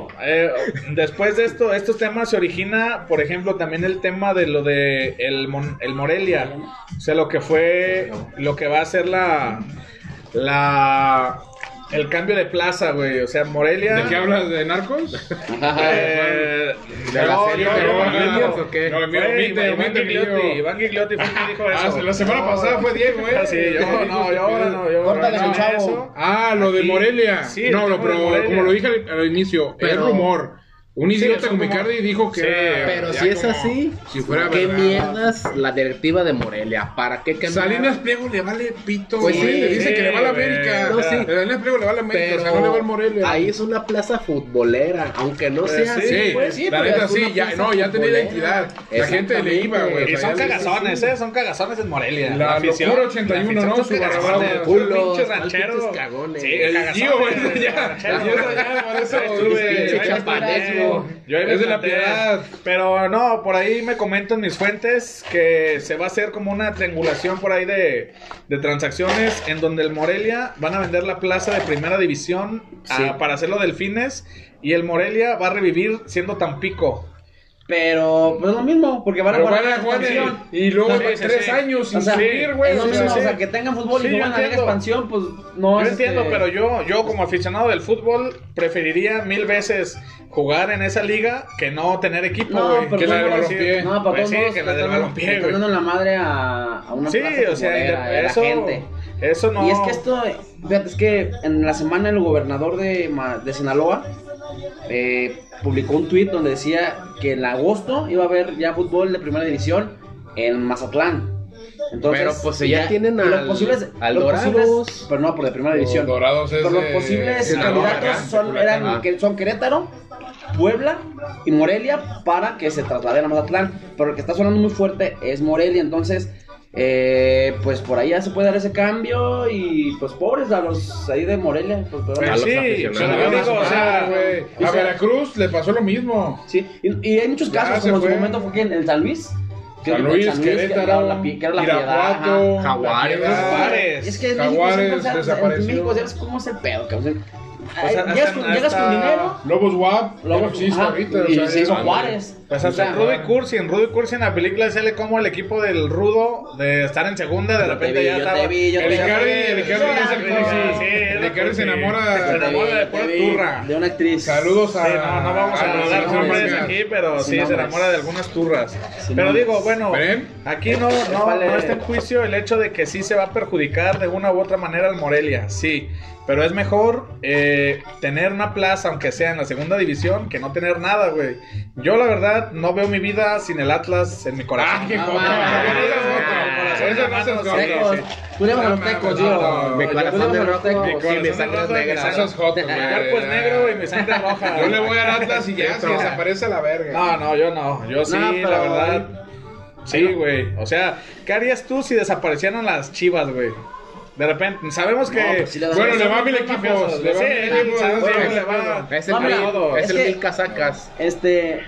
[SPEAKER 7] bueno, eh, después de esto, estos temas se origina, por ejemplo, también el tema de lo de el, Mon- el Morelia. O sea, lo que fue, lo que va a ser la, la, el cambio de plaza, güey. O sea, Morelia.
[SPEAKER 4] ¿De qué hablas? ¿De narcos?
[SPEAKER 7] eh,
[SPEAKER 5] ¿De la
[SPEAKER 7] no,
[SPEAKER 5] serie
[SPEAKER 7] yo-
[SPEAKER 5] de
[SPEAKER 7] yo-
[SPEAKER 5] Iván
[SPEAKER 7] yo-
[SPEAKER 5] Guillot o qué?
[SPEAKER 4] No,
[SPEAKER 7] Güey,
[SPEAKER 4] mira, omite,
[SPEAKER 7] Iván
[SPEAKER 4] omite,
[SPEAKER 7] Gigliotti,
[SPEAKER 4] Guillo.
[SPEAKER 7] Iván Gigliotti fue quien dijo
[SPEAKER 4] Ah,
[SPEAKER 7] eso.
[SPEAKER 4] la semana pasada fue Diego, ¿eh?
[SPEAKER 7] Ah, sí, yo, no, yo ahora no, yo ahora
[SPEAKER 3] Córtale,
[SPEAKER 7] no,
[SPEAKER 3] chavo.
[SPEAKER 7] eso.
[SPEAKER 4] Ah, lo de
[SPEAKER 7] Aquí.
[SPEAKER 4] Morelia.
[SPEAKER 7] Sí,
[SPEAKER 4] no, lo,
[SPEAKER 7] el tema de
[SPEAKER 4] pero
[SPEAKER 7] Morelia.
[SPEAKER 4] como lo dije al, al inicio, es
[SPEAKER 5] Pero-
[SPEAKER 4] rumor. Un
[SPEAKER 7] Sí,
[SPEAKER 4] idiota
[SPEAKER 7] es un
[SPEAKER 4] como
[SPEAKER 7] rumor.
[SPEAKER 4] Icardi dijo que.
[SPEAKER 7] Sí,
[SPEAKER 4] era
[SPEAKER 5] Pero
[SPEAKER 4] ya
[SPEAKER 5] si es
[SPEAKER 4] como-
[SPEAKER 5] así,
[SPEAKER 4] si fuera
[SPEAKER 5] ¿qué
[SPEAKER 4] verdad.
[SPEAKER 5] mierdas la directiva de Morelia? ¿Para qué cambiar?
[SPEAKER 4] Salinas Pliego le vale pito.
[SPEAKER 5] Pues
[SPEAKER 4] güey.
[SPEAKER 5] sí,
[SPEAKER 4] le dice
[SPEAKER 7] sí,
[SPEAKER 4] que le va a la
[SPEAKER 7] güey.
[SPEAKER 4] América.
[SPEAKER 5] No, sí.
[SPEAKER 4] Salinas Pliego le va a la América. o sea, no le va al
[SPEAKER 5] Pero
[SPEAKER 4] Morelia.
[SPEAKER 5] ahí es una plaza futbolera, aunque no
[SPEAKER 7] Pues
[SPEAKER 5] sea
[SPEAKER 7] sí,
[SPEAKER 5] así.
[SPEAKER 4] Sí,
[SPEAKER 5] pues,
[SPEAKER 4] la
[SPEAKER 5] pero
[SPEAKER 4] neta
[SPEAKER 5] es una
[SPEAKER 4] sí, ya,
[SPEAKER 5] plaza
[SPEAKER 4] no, ya tenía
[SPEAKER 5] futbolera.
[SPEAKER 4] identidad. La gente le iba, güey.
[SPEAKER 7] Y
[SPEAKER 4] o sea,
[SPEAKER 7] son
[SPEAKER 4] ya-
[SPEAKER 7] cagazones, ¿eh? Son cagazones en Morelia.
[SPEAKER 4] La locura 81,
[SPEAKER 7] afición
[SPEAKER 4] ¿no?
[SPEAKER 7] son
[SPEAKER 4] Su
[SPEAKER 7] cagazones,
[SPEAKER 4] barra brava.
[SPEAKER 7] son
[SPEAKER 5] Culos,
[SPEAKER 7] pinches
[SPEAKER 5] mal
[SPEAKER 7] rancheros.
[SPEAKER 5] pinches cagones.
[SPEAKER 7] Sí,
[SPEAKER 4] El
[SPEAKER 7] cagazones,
[SPEAKER 4] Gio, güey,
[SPEAKER 7] güey,
[SPEAKER 4] ya.
[SPEAKER 7] rancheros.
[SPEAKER 4] El Gio ya, por eso,
[SPEAKER 7] Ahí estuve,
[SPEAKER 4] pinche
[SPEAKER 7] ahí me
[SPEAKER 5] chapanesco.
[SPEAKER 7] planté. Yo ahí me
[SPEAKER 4] Es de la
[SPEAKER 7] planté.
[SPEAKER 4] piedad.
[SPEAKER 7] Pero no, por ahí me comentan mis fuentes que se va a hacer como una triangulación por ahí de, de transacciones en donde el Morelia van a vender la plaza de primera división a- para hacerlo delfines y el Morelia va a revivir siendo Tampico.
[SPEAKER 3] Pero pues es lo mismo, porque van a
[SPEAKER 4] Pero
[SPEAKER 3] jugar
[SPEAKER 4] van a
[SPEAKER 3] la
[SPEAKER 4] jugar en-
[SPEAKER 3] expansión.
[SPEAKER 4] y luego
[SPEAKER 7] Sí, sí,
[SPEAKER 4] tres
[SPEAKER 7] sí.
[SPEAKER 4] años sin
[SPEAKER 3] O sea,
[SPEAKER 4] salir, güey.
[SPEAKER 3] es lo
[SPEAKER 4] o sea,
[SPEAKER 3] mismo,
[SPEAKER 4] sí.
[SPEAKER 3] o sea, que tengan fútbol
[SPEAKER 7] Sí,
[SPEAKER 3] y
[SPEAKER 7] yo
[SPEAKER 3] juegan a la liga
[SPEAKER 7] entiendo.
[SPEAKER 3] expansión, pues no
[SPEAKER 7] yo
[SPEAKER 3] es.
[SPEAKER 7] entiendo,
[SPEAKER 3] este,
[SPEAKER 7] pero yo, yo como aficionado del fútbol preferiría mil veces jugar en esa liga que no tener equipo,
[SPEAKER 3] No,
[SPEAKER 7] güey.
[SPEAKER 3] pero pues,
[SPEAKER 7] Que la del
[SPEAKER 3] no,
[SPEAKER 7] balompié.
[SPEAKER 3] No, para
[SPEAKER 7] Pues
[SPEAKER 3] todos
[SPEAKER 7] sí,
[SPEAKER 3] modos,
[SPEAKER 7] que la
[SPEAKER 3] le
[SPEAKER 7] del
[SPEAKER 3] están- le
[SPEAKER 7] balompié,
[SPEAKER 3] están
[SPEAKER 7] güey.
[SPEAKER 3] dando la madre a, a una
[SPEAKER 7] Sí,
[SPEAKER 3] plaza
[SPEAKER 7] o sea,
[SPEAKER 3] futbolera, a la
[SPEAKER 7] eso,
[SPEAKER 3] gente.
[SPEAKER 7] eso no.
[SPEAKER 3] Y es que esto, fíjate, es que en la semana el gobernador de, Ma- de Sinaloa eh, publicó un tuit donde decía que en agosto iba a haber ya fútbol de primera división en Mazatlán. Entonces,
[SPEAKER 5] Pero, pues, ya tienen
[SPEAKER 3] y los
[SPEAKER 5] al-
[SPEAKER 3] posibles,
[SPEAKER 5] al
[SPEAKER 3] los
[SPEAKER 5] Dorados.
[SPEAKER 3] posibles- pero no, por la primera división.
[SPEAKER 4] Dorados es
[SPEAKER 3] Pero los
[SPEAKER 4] de-
[SPEAKER 3] posibles
[SPEAKER 4] de Sinaloa,
[SPEAKER 3] candidatos
[SPEAKER 4] ¿verdad?
[SPEAKER 3] son, eran,
[SPEAKER 5] Culiacán, ah.
[SPEAKER 3] que son Querétaro, Puebla y Morelia para que se trasladen a Mazatlán. Pero el que está sonando muy fuerte es Morelia, entonces, eh, pues por ahí ya se puede dar ese cambio y pues pobres a los ahí de Morelia. pues, pero-
[SPEAKER 7] Pues
[SPEAKER 5] los
[SPEAKER 7] sí,
[SPEAKER 5] aficionados.
[SPEAKER 7] pero yo digo, o sea,
[SPEAKER 4] güey.
[SPEAKER 3] o
[SPEAKER 4] A
[SPEAKER 3] sea-
[SPEAKER 4] Veracruz le pasó lo mismo.
[SPEAKER 3] Sí, y, y hay muchos
[SPEAKER 4] Ya
[SPEAKER 3] casos,
[SPEAKER 4] se
[SPEAKER 3] como en su
[SPEAKER 4] fue.
[SPEAKER 3] momento fue que en el San Luis. que-
[SPEAKER 4] San Luis,
[SPEAKER 3] que era
[SPEAKER 4] Querétaro,
[SPEAKER 3] la pi- que era la piedad, ajá.
[SPEAKER 4] Irapuato, La
[SPEAKER 5] Jaguares,
[SPEAKER 4] Piedad.
[SPEAKER 7] Juárez.
[SPEAKER 3] Es que en México
[SPEAKER 4] Jaguares
[SPEAKER 3] siempre sabes-
[SPEAKER 4] desapareció.
[SPEAKER 3] En México sabes cómo es el pedo, cabrón.
[SPEAKER 7] O sea,
[SPEAKER 3] Ay, llegas
[SPEAKER 7] hasta-
[SPEAKER 3] con, llegas con
[SPEAKER 7] hasta-
[SPEAKER 3] dinero.
[SPEAKER 4] Lobos WAP,
[SPEAKER 3] luego-
[SPEAKER 4] no existe
[SPEAKER 3] ajá,
[SPEAKER 4] ahorita. o
[SPEAKER 3] Y
[SPEAKER 4] sea,
[SPEAKER 3] se hizo
[SPEAKER 4] es-
[SPEAKER 3] Juárez.
[SPEAKER 7] Pues
[SPEAKER 3] O
[SPEAKER 7] hasta
[SPEAKER 3] sea,
[SPEAKER 7] Rudy Cursi, en Rudy Cursi en la película sale como el equipo del rudo de estar en segunda, de
[SPEAKER 3] Yo te
[SPEAKER 7] repente
[SPEAKER 3] vi,
[SPEAKER 7] ya
[SPEAKER 3] yo
[SPEAKER 7] estaba.
[SPEAKER 3] te vi, yo te
[SPEAKER 4] El
[SPEAKER 3] vi.
[SPEAKER 4] Icardi, el Icardi es el Cursi.
[SPEAKER 7] Sí, es
[SPEAKER 4] El
[SPEAKER 7] el
[SPEAKER 4] Icardi se
[SPEAKER 7] Cursi.
[SPEAKER 4] enamora.
[SPEAKER 7] Se enamora de pura
[SPEAKER 3] Te vi
[SPEAKER 7] turra.
[SPEAKER 3] De una actriz.
[SPEAKER 4] Saludos a.
[SPEAKER 7] Sí, no, no vamos
[SPEAKER 4] a-
[SPEAKER 7] a dar
[SPEAKER 4] sí,
[SPEAKER 7] nombres
[SPEAKER 4] nombres.
[SPEAKER 7] aquí, pero
[SPEAKER 3] Sin
[SPEAKER 7] sí, se
[SPEAKER 3] nombres.
[SPEAKER 7] enamora de algunas turras.
[SPEAKER 3] Sin
[SPEAKER 7] pero
[SPEAKER 3] nombres.
[SPEAKER 7] digo, bueno,
[SPEAKER 4] ¿Ven?
[SPEAKER 7] aquí no, no,
[SPEAKER 3] Vale.
[SPEAKER 7] no está en juicio el hecho de que sí se va a perjudicar de una u otra manera al Morelia, sí. Pero es mejor eh, tener una plaza, aunque sea en la segunda división, que no tener nada, güey. Yo, la verdad, no veo mi vida sin el Atlas en mi corazón.
[SPEAKER 4] Ah, qué
[SPEAKER 3] No,
[SPEAKER 4] joder.
[SPEAKER 3] mames.
[SPEAKER 4] No seas joto. Eso no seas joto.
[SPEAKER 3] Tecos. Tú le vas a los
[SPEAKER 4] No,
[SPEAKER 3] tecos,
[SPEAKER 4] no,
[SPEAKER 3] digo.
[SPEAKER 4] no, no.
[SPEAKER 3] Tú le
[SPEAKER 5] Mi
[SPEAKER 3] vas
[SPEAKER 5] corazón
[SPEAKER 3] a
[SPEAKER 5] de
[SPEAKER 3] los
[SPEAKER 5] rojo,
[SPEAKER 3] tecos.
[SPEAKER 5] mi corazón
[SPEAKER 7] Sí,
[SPEAKER 5] de sangre es
[SPEAKER 7] rojo, mi
[SPEAKER 5] negra.
[SPEAKER 7] sangre-
[SPEAKER 4] Eso es joto,
[SPEAKER 7] Mi
[SPEAKER 4] güey.
[SPEAKER 7] cuerpo es negro y mi sangre es roja.
[SPEAKER 4] Yo le voy al Atlas y ya, si desaparece a la verga.
[SPEAKER 7] No, no, yo no. Yo sí,
[SPEAKER 3] No, pero-
[SPEAKER 7] la verdad. Sí, güey. O sea, ¿qué harías tú si desaparecieran las chivas, güey? De repente, sabemos que.
[SPEAKER 3] pues sí le das-
[SPEAKER 4] Bueno, le va a mil
[SPEAKER 7] Son
[SPEAKER 4] equipos.
[SPEAKER 7] mafiosos,
[SPEAKER 4] Le va a
[SPEAKER 7] sí,
[SPEAKER 4] mil equipos.
[SPEAKER 7] sabemos
[SPEAKER 4] sí,
[SPEAKER 7] que
[SPEAKER 4] güey.
[SPEAKER 7] le va-
[SPEAKER 5] Es el
[SPEAKER 3] No, mira,
[SPEAKER 5] mil,
[SPEAKER 3] es
[SPEAKER 5] es el
[SPEAKER 3] que-
[SPEAKER 5] mil casacas.
[SPEAKER 3] Este.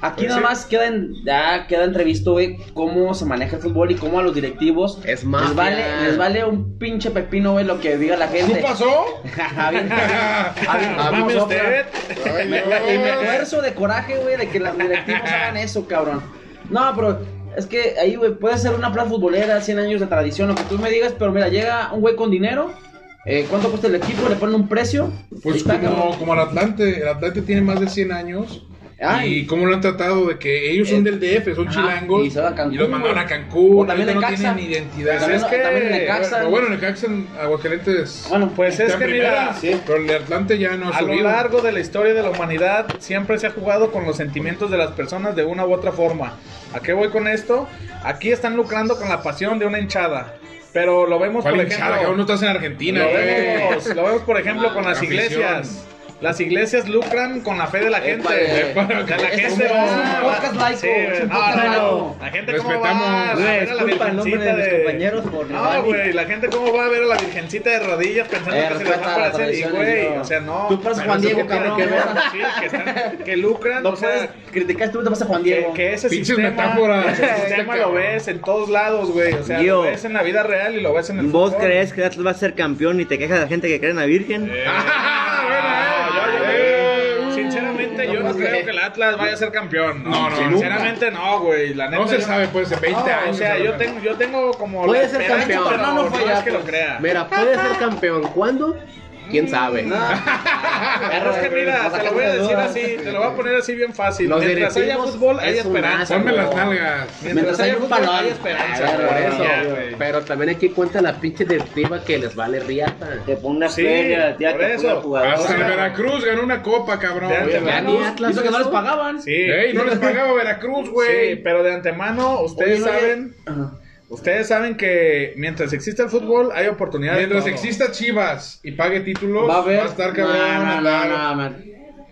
[SPEAKER 3] Aquí
[SPEAKER 5] Pues
[SPEAKER 3] nada más queda, en- ya queda entrevisto, güey, cómo se maneja el fútbol y cómo a los directivos
[SPEAKER 5] Es
[SPEAKER 3] les
[SPEAKER 5] mafia.
[SPEAKER 3] vale, les vale un pinche pepino, güey, lo que diga la gente.
[SPEAKER 4] ¿Qué
[SPEAKER 5] pues.
[SPEAKER 4] pasó?
[SPEAKER 3] A ver, a ver,
[SPEAKER 7] Ah,
[SPEAKER 3] vamos,
[SPEAKER 7] mame usted.
[SPEAKER 4] Ay,
[SPEAKER 3] Me- me- y me
[SPEAKER 4] Dios.
[SPEAKER 3] esfuerzo de coraje, güey, de que los directivos hagan eso, cabrón. No, pero es que ahí, güey, puede ser una plaza futbolera, 100 años de tradición, lo que tú me digas, pero mira, llega un güey con dinero, eh, ¿cuánto cuesta el equipo? Le ponen un precio. y
[SPEAKER 4] Pues
[SPEAKER 3] está,
[SPEAKER 4] como,
[SPEAKER 3] cabrón.
[SPEAKER 4] como el Atlante, el Atlante tiene más de 100 años.
[SPEAKER 3] Ay.
[SPEAKER 4] Y cómo lo han tratado de que ellos son
[SPEAKER 3] Eh,
[SPEAKER 4] del DF, son
[SPEAKER 3] ajá,
[SPEAKER 4] chilangos.
[SPEAKER 3] y se van a Cancún,
[SPEAKER 4] los mandaron
[SPEAKER 3] güey.
[SPEAKER 4] a Cancún.
[SPEAKER 3] O también
[SPEAKER 4] ahorita no
[SPEAKER 3] Necaxa.
[SPEAKER 4] tienen identidad.
[SPEAKER 3] También,
[SPEAKER 4] es que,
[SPEAKER 3] también en Necaxa.
[SPEAKER 4] pero bueno, Necaxa en Aguascalientes.
[SPEAKER 3] Bueno,
[SPEAKER 7] Pues es
[SPEAKER 4] está
[SPEAKER 7] que
[SPEAKER 4] en primera,
[SPEAKER 7] mira,
[SPEAKER 4] Pero el de Atlante ya no ha
[SPEAKER 7] a lo
[SPEAKER 4] subido.
[SPEAKER 7] largo de la historia de la humanidad siempre se ha jugado con los sentimientos de las personas de una u otra forma. ¿A qué voy con esto? Aquí están lucrando con la pasión de una hinchada. Pero lo vemos, por
[SPEAKER 4] ¿Cuál
[SPEAKER 7] ejemplo.
[SPEAKER 4] hinchada? Cabrón, no estás en Argentina,
[SPEAKER 7] Lo
[SPEAKER 4] güey.
[SPEAKER 7] vemos, lo vemos, por ejemplo, con las
[SPEAKER 4] Afición.
[SPEAKER 7] iglesias. Las iglesias lucran con la fe de la gente.
[SPEAKER 3] Épale.
[SPEAKER 7] O sea, la
[SPEAKER 3] Este
[SPEAKER 7] gente
[SPEAKER 3] es un-
[SPEAKER 7] va-
[SPEAKER 3] es un podcast laico,
[SPEAKER 7] Sí,
[SPEAKER 3] es un
[SPEAKER 7] no,
[SPEAKER 3] podcast
[SPEAKER 7] no, no.
[SPEAKER 3] laico.
[SPEAKER 7] La gente cómo va
[SPEAKER 4] Respetamos.
[SPEAKER 7] a
[SPEAKER 4] Güey,
[SPEAKER 7] ver a la
[SPEAKER 6] disculpa el nombre de
[SPEAKER 7] virgencita
[SPEAKER 6] mis
[SPEAKER 7] de-
[SPEAKER 6] compañeros por
[SPEAKER 7] No,
[SPEAKER 6] Giovanni.
[SPEAKER 7] güey, la gente cómo va a ver a la virgencita de rodillas pensando
[SPEAKER 3] Eh,
[SPEAKER 7] que se les va
[SPEAKER 3] respeta
[SPEAKER 7] a
[SPEAKER 3] las
[SPEAKER 7] aparecer. Y,
[SPEAKER 3] tradiciones,
[SPEAKER 7] güey,
[SPEAKER 3] no.
[SPEAKER 7] o sea, no.
[SPEAKER 3] Tú pareces
[SPEAKER 7] Pero
[SPEAKER 3] Juan
[SPEAKER 7] eso
[SPEAKER 3] Diego,
[SPEAKER 7] que tiene
[SPEAKER 3] cabrón,
[SPEAKER 7] que ver,
[SPEAKER 3] ¿verdad?
[SPEAKER 7] sí, que están- Que lucran,
[SPEAKER 3] No
[SPEAKER 7] o sea,
[SPEAKER 3] puedes criticar, tú te vas a Juan
[SPEAKER 7] que,
[SPEAKER 3] Diego.
[SPEAKER 7] que ese
[SPEAKER 4] Pinches
[SPEAKER 7] sistema,
[SPEAKER 4] metáforas.
[SPEAKER 7] ese sistema lo ves en todos lados, güey. O sea,
[SPEAKER 6] Guío.
[SPEAKER 7] lo ves en la vida real y lo ves en el
[SPEAKER 6] ¿Vos
[SPEAKER 7] fútbol.
[SPEAKER 6] crees que el Atlas va a ser campeón y te quejas de la gente que cree en la Virgen?
[SPEAKER 7] Ah, bueno, eh.
[SPEAKER 4] Eh,
[SPEAKER 7] Sinceramente, yo no
[SPEAKER 3] no
[SPEAKER 7] creo
[SPEAKER 3] creo.
[SPEAKER 7] que el Atlas vaya a ser campeón.
[SPEAKER 4] No, no,
[SPEAKER 7] Sinceramente, no, güey. La neta,
[SPEAKER 4] No se
[SPEAKER 7] yo-
[SPEAKER 4] sabe, pues, en 20
[SPEAKER 7] No,
[SPEAKER 4] años.
[SPEAKER 7] O sea,
[SPEAKER 4] a lo
[SPEAKER 7] yo
[SPEAKER 4] mejor.
[SPEAKER 7] tengo, yo tengo como.
[SPEAKER 5] Puede
[SPEAKER 7] la
[SPEAKER 5] ser
[SPEAKER 7] esperanza,
[SPEAKER 5] campeón.
[SPEAKER 7] pero
[SPEAKER 3] No, no
[SPEAKER 7] no,
[SPEAKER 3] falla,
[SPEAKER 7] es que lo
[SPEAKER 3] pues.
[SPEAKER 7] crea.
[SPEAKER 5] Mira, puede ser campeón. ¿Cuándo? ¿Quién sabe? Ah,
[SPEAKER 7] Pero es que mira, te lo voy a decir
[SPEAKER 3] dudas.
[SPEAKER 7] así, te lo voy a poner así bien fácil.
[SPEAKER 5] Los
[SPEAKER 7] Mientras haya
[SPEAKER 5] directivos
[SPEAKER 7] fútbol, hay
[SPEAKER 5] es un
[SPEAKER 7] esperanza.
[SPEAKER 5] asco.
[SPEAKER 4] Ponme
[SPEAKER 7] güey.
[SPEAKER 4] las nalgas.
[SPEAKER 7] Mientras haya fútbol,
[SPEAKER 3] balón.
[SPEAKER 7] hay esperanza.
[SPEAKER 3] Ah,
[SPEAKER 5] Por
[SPEAKER 7] güey.
[SPEAKER 5] eso.
[SPEAKER 7] Ya, güey.
[SPEAKER 5] Pero también aquí cuenta la pinche directiva que les vale riata.
[SPEAKER 6] Te ponga
[SPEAKER 7] Sí,
[SPEAKER 6] feria, tía,
[SPEAKER 7] por
[SPEAKER 6] que
[SPEAKER 7] eso.
[SPEAKER 6] ponga jugadores.
[SPEAKER 4] Hasta el Veracruz ganó una copa, cabrón.
[SPEAKER 7] Ya, ya.
[SPEAKER 5] Ya ni Atlas
[SPEAKER 3] Hizo que no les
[SPEAKER 5] hizo.
[SPEAKER 3] pagaban.
[SPEAKER 7] Sí.
[SPEAKER 4] Ey, no les pagaba Veracruz, güey.
[SPEAKER 7] Sí, pero de antemano, ustedes
[SPEAKER 3] Oye, oye.
[SPEAKER 7] saben.
[SPEAKER 3] Ajá.
[SPEAKER 7] Ustedes saben que mientras exista el fútbol hay oportunidad de
[SPEAKER 4] Mientras
[SPEAKER 7] todo.
[SPEAKER 4] exista Chivas y pague títulos,
[SPEAKER 3] Va a haber.
[SPEAKER 4] estar cabrón.
[SPEAKER 3] No, no, no,
[SPEAKER 4] claro.
[SPEAKER 3] no, man.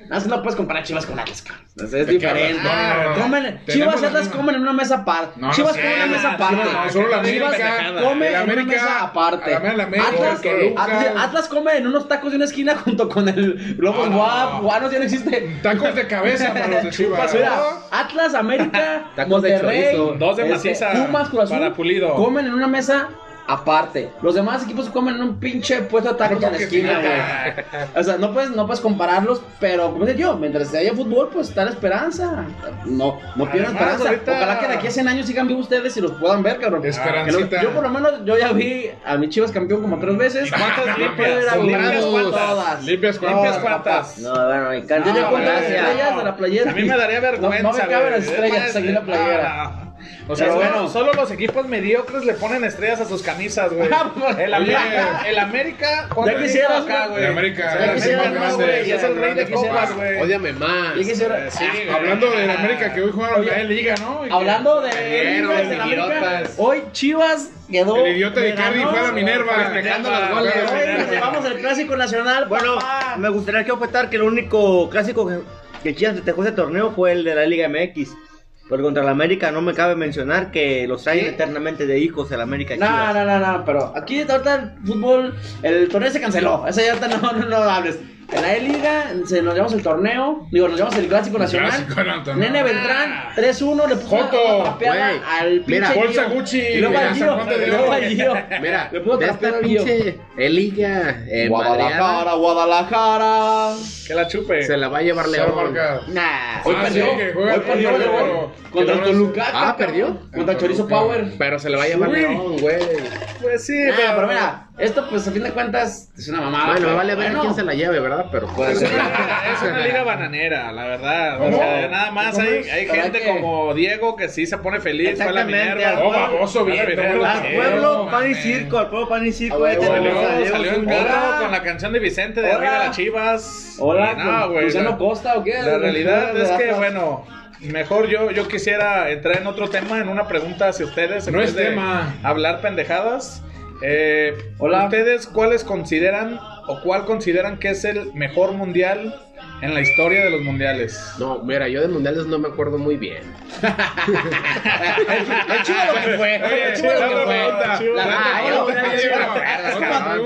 [SPEAKER 3] No, es que no puedes comparar Chivas con Atlas, cabrón. Es
[SPEAKER 4] qué
[SPEAKER 3] diferente.
[SPEAKER 4] hablas? No, no, no.
[SPEAKER 3] Comen-
[SPEAKER 4] Tenemos
[SPEAKER 3] Chivas y
[SPEAKER 4] la
[SPEAKER 3] Atlas
[SPEAKER 4] misma.
[SPEAKER 3] comen en una mesa aparte.
[SPEAKER 4] No, no
[SPEAKER 3] Chivas
[SPEAKER 4] sé,
[SPEAKER 3] comen en una
[SPEAKER 4] no,
[SPEAKER 3] mesa
[SPEAKER 4] no,
[SPEAKER 3] aparte.
[SPEAKER 4] no, solo la
[SPEAKER 3] Chivas
[SPEAKER 4] América.
[SPEAKER 3] come
[SPEAKER 4] El
[SPEAKER 3] en una
[SPEAKER 4] América,
[SPEAKER 3] mesa aparte.
[SPEAKER 4] la- la América,
[SPEAKER 3] Atlas,
[SPEAKER 4] Toluca.
[SPEAKER 3] Atlas, Atlas come en unos tacos de una esquina junto con el Lobos
[SPEAKER 4] Ah, No, no,
[SPEAKER 3] Guap.
[SPEAKER 4] no.
[SPEAKER 3] Guanos ya no existe.
[SPEAKER 4] Tacos de cabeza para los de Chivas.
[SPEAKER 3] Mira, Atlas, América,
[SPEAKER 5] Tacos de
[SPEAKER 3] Monterrey,
[SPEAKER 5] chorizo.
[SPEAKER 7] Dos de
[SPEAKER 3] este,
[SPEAKER 7] maciza
[SPEAKER 3] Pumas, Cruz Azul,
[SPEAKER 7] para Pulido.
[SPEAKER 3] comen en una mesa aparte. Los demás equipos comen en un pinche puesto de tacos en la esquina, güey. O sea, no puedes, no puedes compararlos, pero como digo yo, mientras haya fútbol, pues está la esperanza. No, no pierdan
[SPEAKER 7] Además,
[SPEAKER 3] esperanza.
[SPEAKER 7] ahorita-
[SPEAKER 3] Ojalá que de aquí a 100 años sigan vivos ustedes y los puedan ver, cabrón.
[SPEAKER 4] Esperancita.
[SPEAKER 3] Que lo- Yo por lo menos, yo ya vi a mi Chivas campeón como tres veces.
[SPEAKER 7] ¿Cuántas
[SPEAKER 3] Yo puedo ir a
[SPEAKER 7] limpias?
[SPEAKER 3] comprarlas
[SPEAKER 7] ¿Limpias cuántas?
[SPEAKER 3] todas.
[SPEAKER 4] Limpias cuentas.
[SPEAKER 7] ¿Limpias cuántas?
[SPEAKER 6] No, bueno, me encanta.
[SPEAKER 3] Yo ya
[SPEAKER 7] No,
[SPEAKER 3] cuento las
[SPEAKER 7] güey.
[SPEAKER 3] estrellas de la playera.
[SPEAKER 7] A mí me daría
[SPEAKER 3] No-
[SPEAKER 7] vergüenza.
[SPEAKER 3] No, me caben
[SPEAKER 7] güey.
[SPEAKER 3] las estrellas aquí en la playera.
[SPEAKER 7] Ah, O sea,
[SPEAKER 6] Pero
[SPEAKER 7] solo-
[SPEAKER 6] bueno.
[SPEAKER 7] solo los equipos mediocres le ponen estrellas a sus camisas, güey.
[SPEAKER 3] Ah,
[SPEAKER 4] Oye.
[SPEAKER 7] El América, el América, ¿cuánto
[SPEAKER 6] Ya
[SPEAKER 7] tiene
[SPEAKER 6] quisieras,
[SPEAKER 7] acá, güey?
[SPEAKER 4] El América,
[SPEAKER 7] El
[SPEAKER 4] ya
[SPEAKER 7] América
[SPEAKER 4] quisieras,
[SPEAKER 7] es
[SPEAKER 4] más,
[SPEAKER 7] más, güey,
[SPEAKER 4] güey,
[SPEAKER 7] y es el rey de
[SPEAKER 3] ya quisieras.
[SPEAKER 7] copas, güey.
[SPEAKER 5] Ódiame más.
[SPEAKER 3] Yo quisiera-
[SPEAKER 7] Sí, güey.
[SPEAKER 4] ah, Hablando del América que hoy jugaron
[SPEAKER 7] Oye,
[SPEAKER 4] la liga, ¿no? Y que
[SPEAKER 3] Hablando de
[SPEAKER 5] Pero,
[SPEAKER 3] Ligas del
[SPEAKER 5] ni
[SPEAKER 3] América,
[SPEAKER 5] idiotas.
[SPEAKER 3] hoy Chivas quedó.
[SPEAKER 4] El idiota de Cardi fue a la Minerva.
[SPEAKER 5] Festejando
[SPEAKER 7] los goles,
[SPEAKER 4] Fue a la
[SPEAKER 7] güey.
[SPEAKER 4] Minerva.
[SPEAKER 6] Vamos al clásico nacional. Bueno,
[SPEAKER 3] papá.
[SPEAKER 6] me gustaría que objetar que el único clásico que, que Chivas festejó ese torneo fue el de la Liga MX. Pero contra la América no me cabe mencionar que los traen
[SPEAKER 3] ¿Sí?
[SPEAKER 6] eternamente de hijos el América. y
[SPEAKER 3] No,
[SPEAKER 6] Chivas.
[SPEAKER 3] no, no, no, pero aquí ahorita el fútbol, el torneo se canceló. Eso ya ahorita no, no, no hables. En la E-Liga se nos llevamos el torneo, digo, nos llevamos el Clásico Nacional.
[SPEAKER 4] Clásico Nacional.
[SPEAKER 3] Nene Beltrán, 3-1, le puso
[SPEAKER 4] Ah. Joto,
[SPEAKER 3] una trapeada
[SPEAKER 5] güey.
[SPEAKER 3] al
[SPEAKER 5] Mira,
[SPEAKER 3] pinche
[SPEAKER 4] Bolsa
[SPEAKER 3] Gio.
[SPEAKER 4] Gucci.
[SPEAKER 3] Y luego al
[SPEAKER 4] mira,
[SPEAKER 3] Gio,
[SPEAKER 4] San Juan de
[SPEAKER 3] y
[SPEAKER 4] Dios.
[SPEAKER 3] luego al Gio.
[SPEAKER 5] Mira,
[SPEAKER 3] Le puso
[SPEAKER 5] de
[SPEAKER 3] trapear
[SPEAKER 5] esta
[SPEAKER 3] al Gio.
[SPEAKER 5] pinche el liga eh, madreada,
[SPEAKER 3] Guadalajara, Guadalajara.
[SPEAKER 7] Que la chupe.
[SPEAKER 5] se la va a llevar
[SPEAKER 4] Se va
[SPEAKER 5] León.
[SPEAKER 4] marcado.
[SPEAKER 3] Nah.
[SPEAKER 4] Ah, sí, que juega
[SPEAKER 3] hoy perdió
[SPEAKER 4] León,
[SPEAKER 3] León.
[SPEAKER 4] pero-
[SPEAKER 3] Contra el
[SPEAKER 4] que no es-
[SPEAKER 3] Toluca.
[SPEAKER 5] Ah,
[SPEAKER 3] cabrón.
[SPEAKER 5] ¿perdió?
[SPEAKER 3] Contra el Chorizo
[SPEAKER 4] Toluca.
[SPEAKER 3] Power.
[SPEAKER 5] Pero se la va a llevar
[SPEAKER 4] Uy.
[SPEAKER 5] León, güey.
[SPEAKER 7] Pues sí,
[SPEAKER 3] Nah, Ah, pero mira, esto pues a fin de cuentas es una mamada.
[SPEAKER 5] Bueno,
[SPEAKER 3] Ah, pero
[SPEAKER 5] vale ver
[SPEAKER 3] bueno.
[SPEAKER 5] quién se la lleve, ¿verdad? Pero puede
[SPEAKER 7] Es
[SPEAKER 5] ser.
[SPEAKER 7] una, es una liga bananera, la verdad. O
[SPEAKER 4] ¿Cómo?
[SPEAKER 7] sea, nada más
[SPEAKER 3] ¿Cómo
[SPEAKER 7] hay,
[SPEAKER 3] es?
[SPEAKER 7] hay
[SPEAKER 3] ¿Para
[SPEAKER 7] gente
[SPEAKER 3] qué?
[SPEAKER 7] como Diego que sí se pone feliz, fue a la
[SPEAKER 6] Exactamente,
[SPEAKER 7] Minerva.
[SPEAKER 6] al
[SPEAKER 4] Oh, baboso,
[SPEAKER 7] Fue a la
[SPEAKER 4] bien,
[SPEAKER 7] Minerva,
[SPEAKER 4] no,
[SPEAKER 6] Al
[SPEAKER 7] sí.
[SPEAKER 6] pueblo
[SPEAKER 4] no,
[SPEAKER 6] pan y
[SPEAKER 4] mames.
[SPEAKER 6] circo, al pueblo pan y circo.
[SPEAKER 3] Ah,
[SPEAKER 6] este
[SPEAKER 3] güey,
[SPEAKER 6] nos
[SPEAKER 3] salió-
[SPEAKER 7] Salió,
[SPEAKER 6] salió
[SPEAKER 7] salió
[SPEAKER 6] un
[SPEAKER 7] en
[SPEAKER 6] carro.
[SPEAKER 7] carro con la canción de Vicente de
[SPEAKER 3] Hola.
[SPEAKER 7] Arriba las Chivas.
[SPEAKER 3] Hola,
[SPEAKER 7] Y nada,
[SPEAKER 6] pues,
[SPEAKER 3] con-
[SPEAKER 7] güey.
[SPEAKER 3] Luciano
[SPEAKER 7] la-
[SPEAKER 3] Costa o qué?
[SPEAKER 7] La realidad
[SPEAKER 3] De
[SPEAKER 7] es que,
[SPEAKER 3] Atlas.
[SPEAKER 7] bueno, mejor yo, yo quisiera entrar en otro tema, en una pregunta hacia ustedes. en
[SPEAKER 4] No
[SPEAKER 7] vez
[SPEAKER 4] es
[SPEAKER 7] de
[SPEAKER 4] tema.
[SPEAKER 7] Hablar pendejadas. Eh,
[SPEAKER 3] Hola.
[SPEAKER 7] ¿Ustedes cuáles consideran o cuál consideran que es el mejor mundial en la historia de los mundiales?
[SPEAKER 5] No, mira, yo de mundiales no me acuerdo muy bien.
[SPEAKER 3] El chivo lo que fue.
[SPEAKER 7] Oye,
[SPEAKER 3] El chivo lo que
[SPEAKER 7] chivo,
[SPEAKER 3] fue.
[SPEAKER 7] chivo.
[SPEAKER 3] La neta, no, no, no,
[SPEAKER 5] Ah, yo- yo- yo-
[SPEAKER 3] no,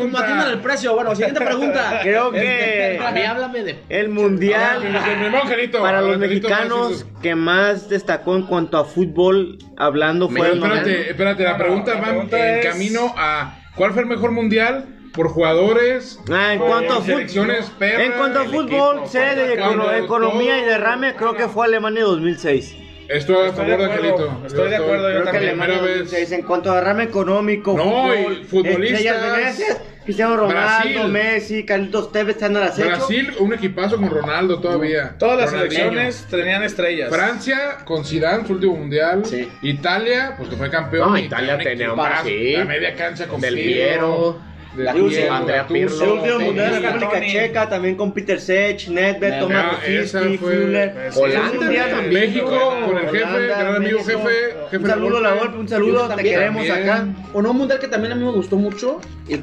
[SPEAKER 3] no, no, atiendan el precio. Bueno, siguiente pregunta. Este,
[SPEAKER 6] Creo
[SPEAKER 5] A
[SPEAKER 6] que
[SPEAKER 5] mí háblame de...
[SPEAKER 4] Ah,
[SPEAKER 6] el
[SPEAKER 4] mi-
[SPEAKER 6] mundial
[SPEAKER 4] mi- mi hermano Angelito,
[SPEAKER 6] para los
[SPEAKER 4] Angelito Messi,
[SPEAKER 6] mexicanos
[SPEAKER 4] sus-
[SPEAKER 6] que más destacó en cuanto a fútbol hablando fue
[SPEAKER 5] Mira,
[SPEAKER 6] el mundial.
[SPEAKER 4] Espérate, espérate, la
[SPEAKER 7] No, no,
[SPEAKER 4] pregunta
[SPEAKER 7] la
[SPEAKER 4] va en
[SPEAKER 7] pregunta es-
[SPEAKER 4] camino a ¿cuál fue el mejor mundial por jugadores?
[SPEAKER 6] Ah, en cuanto a fútbol.
[SPEAKER 4] Selecciones perras,
[SPEAKER 6] En cuanto a
[SPEAKER 4] el
[SPEAKER 6] fútbol,
[SPEAKER 4] equipo,
[SPEAKER 6] sede de
[SPEAKER 4] cuando
[SPEAKER 6] econo-
[SPEAKER 4] todo-
[SPEAKER 6] economía y derrame, creo que fue Alemania 2006.
[SPEAKER 4] Estoy a favor de
[SPEAKER 7] de acuerdo,
[SPEAKER 4] Angelito.
[SPEAKER 7] estoy de acuerdo, yo
[SPEAKER 4] creo que
[SPEAKER 7] también.
[SPEAKER 4] primera vez.
[SPEAKER 6] 2006, en cuanto a derrame económico,
[SPEAKER 4] No, y futbolistas.
[SPEAKER 6] estrellas de Messi, Cristiano Ronaldo,
[SPEAKER 4] Brasil.
[SPEAKER 6] Messi, Carlitos Tevez están al acecho.
[SPEAKER 4] Brasil, un equipazo con Ronaldo todavía.
[SPEAKER 7] Todas las
[SPEAKER 4] Ronaldinho.
[SPEAKER 7] selecciones tenían estrellas.
[SPEAKER 4] Francia con Zidane su último mundial.
[SPEAKER 3] Sí.
[SPEAKER 4] Italia, pues que fue campeón.
[SPEAKER 5] No, Italia
[SPEAKER 4] un
[SPEAKER 5] tenía un
[SPEAKER 4] equipazo.
[SPEAKER 5] sí.
[SPEAKER 4] La media cancha con
[SPEAKER 5] Del Piero.
[SPEAKER 4] Del
[SPEAKER 3] La
[SPEAKER 4] Piero,
[SPEAKER 3] Rusia.
[SPEAKER 5] Andrea
[SPEAKER 4] Gattuso.
[SPEAKER 5] Pirlo.
[SPEAKER 6] El último
[SPEAKER 5] Sí,
[SPEAKER 6] mundial de
[SPEAKER 7] sí,
[SPEAKER 6] la República
[SPEAKER 7] Tony.
[SPEAKER 6] Checa, también con Peter Sech, Nedved,
[SPEAKER 3] Ah,
[SPEAKER 6] Thomas
[SPEAKER 4] esa
[SPEAKER 6] Kosinski,
[SPEAKER 4] fue-
[SPEAKER 6] Füller.
[SPEAKER 5] Holanda
[SPEAKER 6] Un mundial
[SPEAKER 5] también.
[SPEAKER 4] México
[SPEAKER 7] Holanda,
[SPEAKER 4] con el jefe,
[SPEAKER 6] Holanda,
[SPEAKER 4] gran amigo
[SPEAKER 6] México.
[SPEAKER 4] jefe. jefe
[SPEAKER 6] Un saludo a la golpe, un saludo, te
[SPEAKER 3] También.
[SPEAKER 6] queremos acá.
[SPEAKER 4] También.
[SPEAKER 3] O no, un mundial que también a mí me gustó mucho y